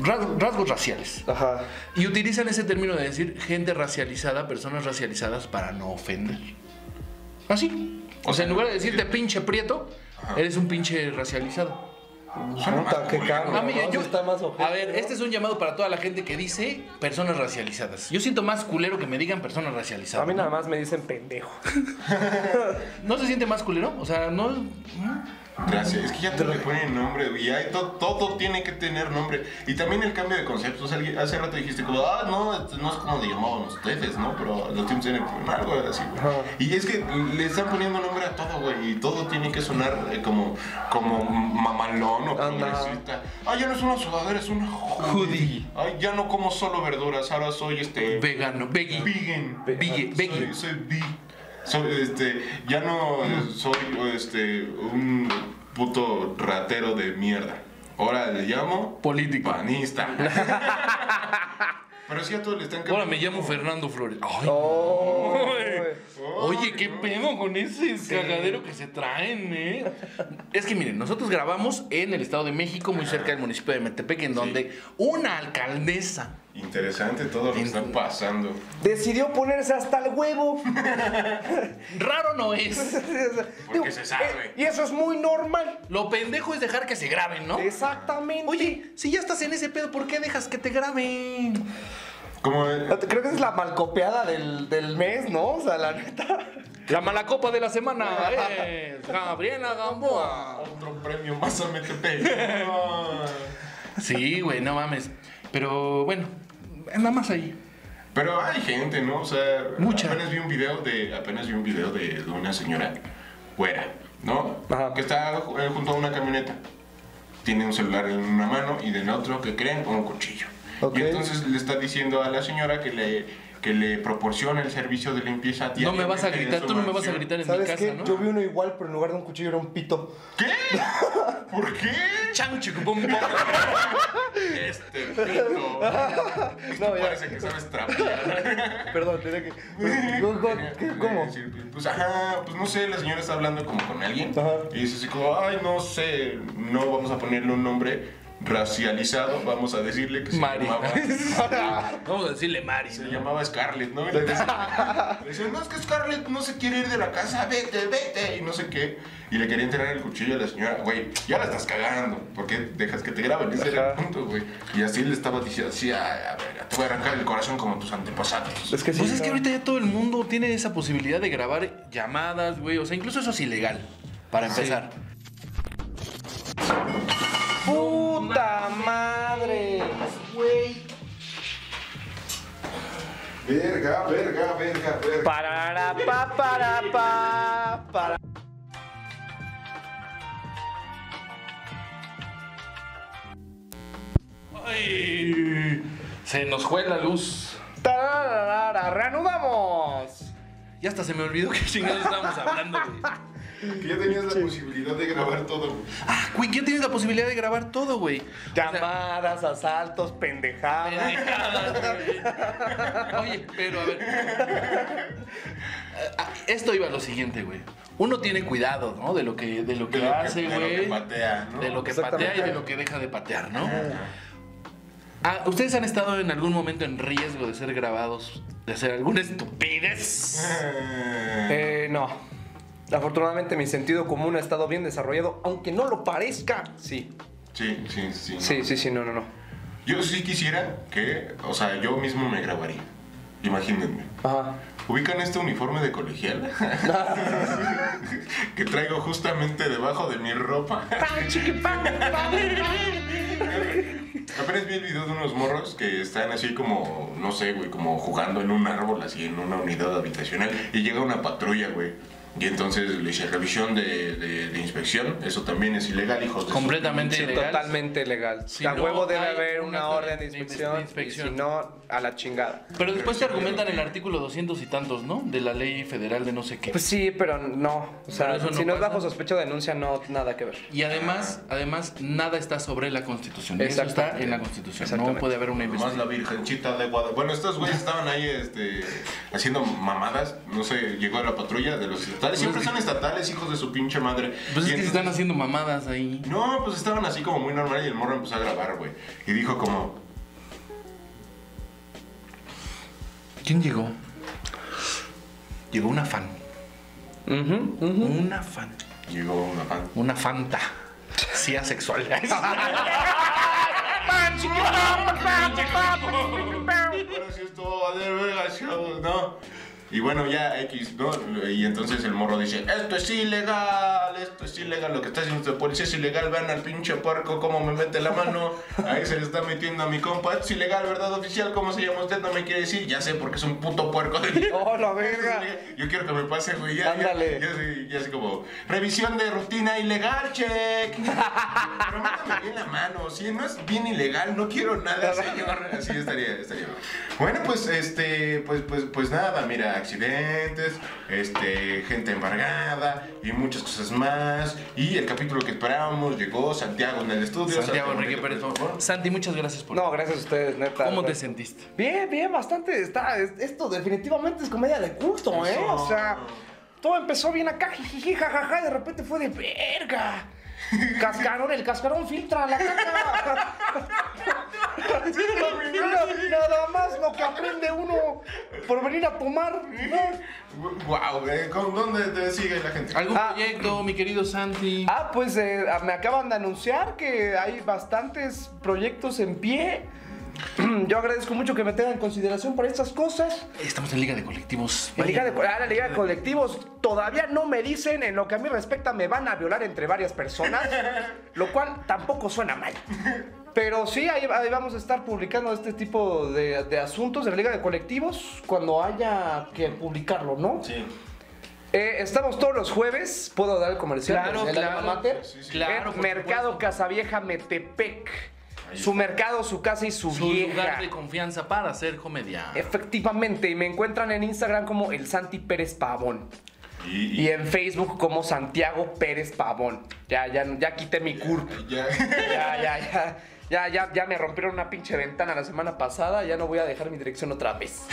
ras- rasgos raciales.
Ajá.
Y utilizan ese término de decir gente racializada, personas racializadas para no ofender. Así. O sea, en lugar de decirte pinche prieto, eres un pinche racializado.
Puta, qué cambio.
Ah, mira,
¿no?
yo-
Sí está más ojete.
a ver, este es un llamado para toda la gente que dice personas racializadas. Yo siento más culero que me digan personas racializadas.
A mí
¿no?
nada más me dicen pendejo.
¿No se siente más culero? O sea, no.
Gracias, es que ya te le ponen nombre, güey. ya to- todo tiene que tener nombre. Y también el cambio de conceptos. Alguien- Hace rato dijiste, como, ah, no, esto no es como le llamaban ustedes, ¿no? Pero los tiempos tienen que poner algo así, güey. Y es que le están poniendo nombre a todo, güey. Y todo tiene que sonar eh, como, como mamalón o
Anda.
progresista. Ah, ya no es una sudadera, es una hoodie. Ay, ya no como solo verduras, ahora soy este.
Vegano, veggie.
vegan.
Veggie, veggie.
Soy, soy bi. Soy, este, ya no eh, soy este, un puto ratero de mierda. Ahora le llamo
Político.
panista. Pero sí a todos le están
Ahora
cambiando.
me llamo Fernando Flores. Ay,
Oh, güey.
Oh,
Oye, qué pedo con ese cagadero que se traen, ¿eh? Es que miren, nosotros grabamos en el Estado de México, muy cerca del municipio de Metepec, en donde una alcaldesa.
Interesante todo lo que está pasando.
Decidió ponerse hasta el huevo. <laughs>
Raro no es.
Porque se sabe.
Eh, Y eso es muy normal.
Lo pendejo es dejar que se graben, ¿no?
Exactamente.
Oye, si ya estás en ese pedo, ¿por qué dejas que te graben?
Como
Creo que es la malcopeada del, del mes, ¿no? O sea, la neta.
La mala copa de la <laughs> semana es Gabriela Gamboa.
otro premio más a Metepec. Ah.
<laughs> Sí, güey, no mames. Pero bueno, nada más ahí.
Pero hay gente, ¿no? O sea,
Mucha.
apenas vi un video de apenas vi un video de, de una señora güera, ¿no?
Ajá.
Que está eh, junto a una camioneta. Tiene un celular en una mano y del otro que creen un cuchillo.
Ok.
Y entonces le está diciendo a la señora que le que le proporciona el servicio de limpieza
No
diariamente
me vas a
en
gritar,
su
tú no me vas a
mansión.
gritar en mi
¿Sabes
casa,
qué?
¿no?
Yo vi uno igual, pero en lugar de un cuchillo era un
<laughs>
pito.
¿Qué? ¿Por qué?
Chang, chico, pum, pum.
Este
<laughs>
pito. Esto
ya.
parece que sabes trapear.
Perdón, tenía que.
<laughs>
¿Cómo?
Tenía-
¿Cómo?
tenía que decir, Pues ajá, pues no sé, la señora está hablando como con alguien.
Ajá.
Y dice así como, ay, no sé, no vamos a ponerle un nombre. racializado, vamos a decirle que se
Mari. <laughs>
llamaba...
Vamos a decirle Mari.
Se llamaba Scarlett, ¿no? Y le
<laughs>
decía, le decía, no, es que Scarlett no se quiere ir de la casa, vete, vete, y no sé qué. Y le quería entregar el cuchillo a la señora, güey, ya la estás cagando, ¿por qué dejas que te graben? Ese era el punto, güey. Y así le estaba diciendo, así, "Ay, a ver, te voy a arrancar el corazón como tus antepasados.
<laughs> Es que sí.
Pues es que
no.
ahorita ya todo el mundo tiene esa posibilidad de grabar llamadas, güey. O sea, incluso eso es ilegal, para empezar.
¡Puta madre!
Verga, verga, verga, verga.
Parara, pa, para, pa, para.
Ay, se nos fue la luz.
Tararara, reanudamos.
Ya hasta se me olvidó que chingados estábamos hablando, güey.
Que ya tenías la posibilidad de grabar todo, güey.
Ah, güey, ya tienes la posibilidad de grabar todo, güey.
Llamadas, asaltos, pendejadas.
Oye, pero a ver. Ah, Esto iba a lo siguiente, güey. Uno tiene cuidado, ¿no? De lo que, de lo que
De lo que-
hace,
de lo que
güey.
patea, ¿no?
De lo que
Exactamente.
patea y de lo que deja de patear, ¿no? Ah, ¿Ustedes han estado en algún momento en riesgo de ser grabados, de hacer alguna estupidez?
Eh, no. Afortunadamente mi sentido común ha estado bien desarrollado, aunque no lo parezca. Sí,
Sí, sí, sí.
sí, sí, sí, no, no, no.
Yo sí quisiera que, o sea, yo mismo me grabaría. Imagínense.
<laughs>
Ajá.
Ubican este uniforme de colegial <laughs> que traigo justamente debajo de mi ropa. Apenas vi el video de unos morros que están así como, no sé, güey, como jugando en un árbol, así en una unidad habitacional, y llega una patrulla, güey. Y entonces le hice revisión de, de- de inspección. Eso también es ilegal, hijos de su-
Completamente ilegal.
Totalmente legal.
Si
a
no
huevo debe
hay
haber una,
una
orden de
de
inspección.
inspección.
y si no, a la chingada.
Pero después te argumentan el artículo 200 y tantos, ¿no? De la ley federal de no sé qué.
Pues sí, pero no. O sea,
Pero eso no
si no es
pasa.
bajo sospecha de denuncia, no, nada que ver.
Y además, además, nada está sobre la Constitución. Eso está
Exactamente.
en la Constitución. No
Exactamente.
puede haber
Más
una investigación.
la virgencita de Guadalupe. Bueno, estos güeyes estaban ahí este, haciendo mamadas. No sé, llegó la patrulla de los estatales. Siempre son estatales, hijos de su pinche madre.
Pues
Y
es que se
entonces-
están haciendo mamadas ahí.
No, pues estaban así como muy normal y el morro empezó a grabar, güey. Y dijo como,
¿Quién llegó? Llegó una fan.
Ujú, ujú.
Una fan.
llegó una fan.
Una fanta.
<laughs>
Sí, asexual.
Ahora sí es todo, a ver, verga, chavos, ¿no? Y bueno, ya X, ¿no? Y entonces el morro dice, esto es ilegal, esto es ilegal, lo que está haciendo la policía es ilegal, vean al pinche puerco cómo me mete la mano, ahí se le está metiendo a mi compa, es ilegal, ¿verdad oficial? ¿Cómo se llama usted? No me quiere decir, ya sé porque es un puto puerco de mierda".
¡Oh, la
Eso es
verga!
ilegal. Yo quiero que me pase, güey. Ya, ya,
Ándale.
ya así- ya así como, revisión de rutina ilegal, check. Pero métame bien la mano. Si no es bien ilegal, no quiero nada, señor. Así estaría, estaría. Bueno, pues, este, pues, pues, pues nada, mira, accidentes, este, gente embargada y muchas cosas más. Y el capítulo que esperábamos llegó Santiago en el estudio.
Santiago Enrique Pérez. por favor. Santi, muchas gracias por.
No, gracias a ustedes, neta.
¿Cómo te
Gracias.
sentiste?
Bien, bien, bastante. Está, es- esto definitivamente es comedia de culto, ¿eh?
Eso.
O sea, todo empezó bien acá, jijiji, jajaja, y de repente fue de verga. Cascarón, el cascarón filtra la caca. Nada- Nada más lo que aprende uno por venir a tomar. ¿no?
Wow, eh, ¿dónde te sigue la gente?
¿Algún
Ah.
proyecto, mi querido Santi?
Ah, pues eh, me acaban de anunciar que hay bastantes proyectos en pie. <clears throat> Yo agradezco mucho que me tengan en consideración para estas cosas.
Estamos en Liga de Colectivos.
La liga de, ah, la liga de colectivos todavía no me dicen en lo que a mí respecta me van a violar entre varias
<laughs>
personas, lo cual tampoco suena mal. Pero sí, ahí, ahí vamos a estar publicando este tipo de, de asuntos de la liga de colectivos cuando haya que publicarlo, ¿no?
Sí.
Eh, estamos todos los jueves, puedo dar el comercial.
Claro,
¿El
claro.
alma mater?
Sí, sí. Claro,
En
por
Eh, Mercado
supuesto.
Casavieja Metepec. Su mercado, su casa y su,
Su
vieja.
lugar de confianza para hacer comedia.
Efectivamente, y me encuentran en Instagram como el Santi Pérez Pavón.
Y,
Y en Facebook
<laughs>
como Santiago Pérez Pavón. Ya, ya, ya quité mi curp.
ya.
Ya, ya, ya. Ya, ya, ya me rompieron una pinche ventana la semana pasada, ya no voy a dejar mi dirección otra vez.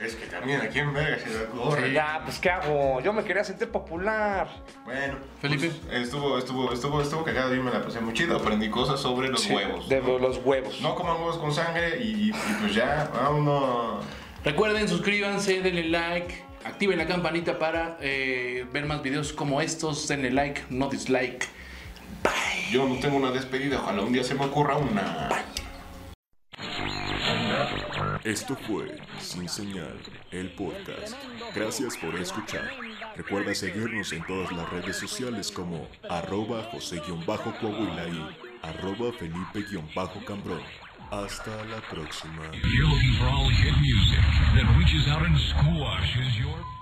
Es que también aquí en verga se le ocurre.
Ya, pues ¿qué hago? Yo me quería sentir popular.
Bueno,
Felipe.
pues, estuvo, estuvo, estuvo, estuvo cagado. Yo me la pasé muy chido. Aprendí cosas sobre los huevos.
De los huevos.
No coman huevos con sangre y, y pues ya, vámonos.
Recuerden, suscríbanse, denle like, activen la campanita para eh, ver más videos como estos. Denle like, no dislike.
Yo no tengo una despedida. Ojalá un día se me ocurra una.
Esto fue Sin Señal, el podcast. Gracias por escuchar. Recuerda seguirnos en todas las redes sociales como arroba José-Coahuila y arroba Felipe-Cambrón. Hasta la próxima.
You're looking for all hit music that reaches out and squashes your...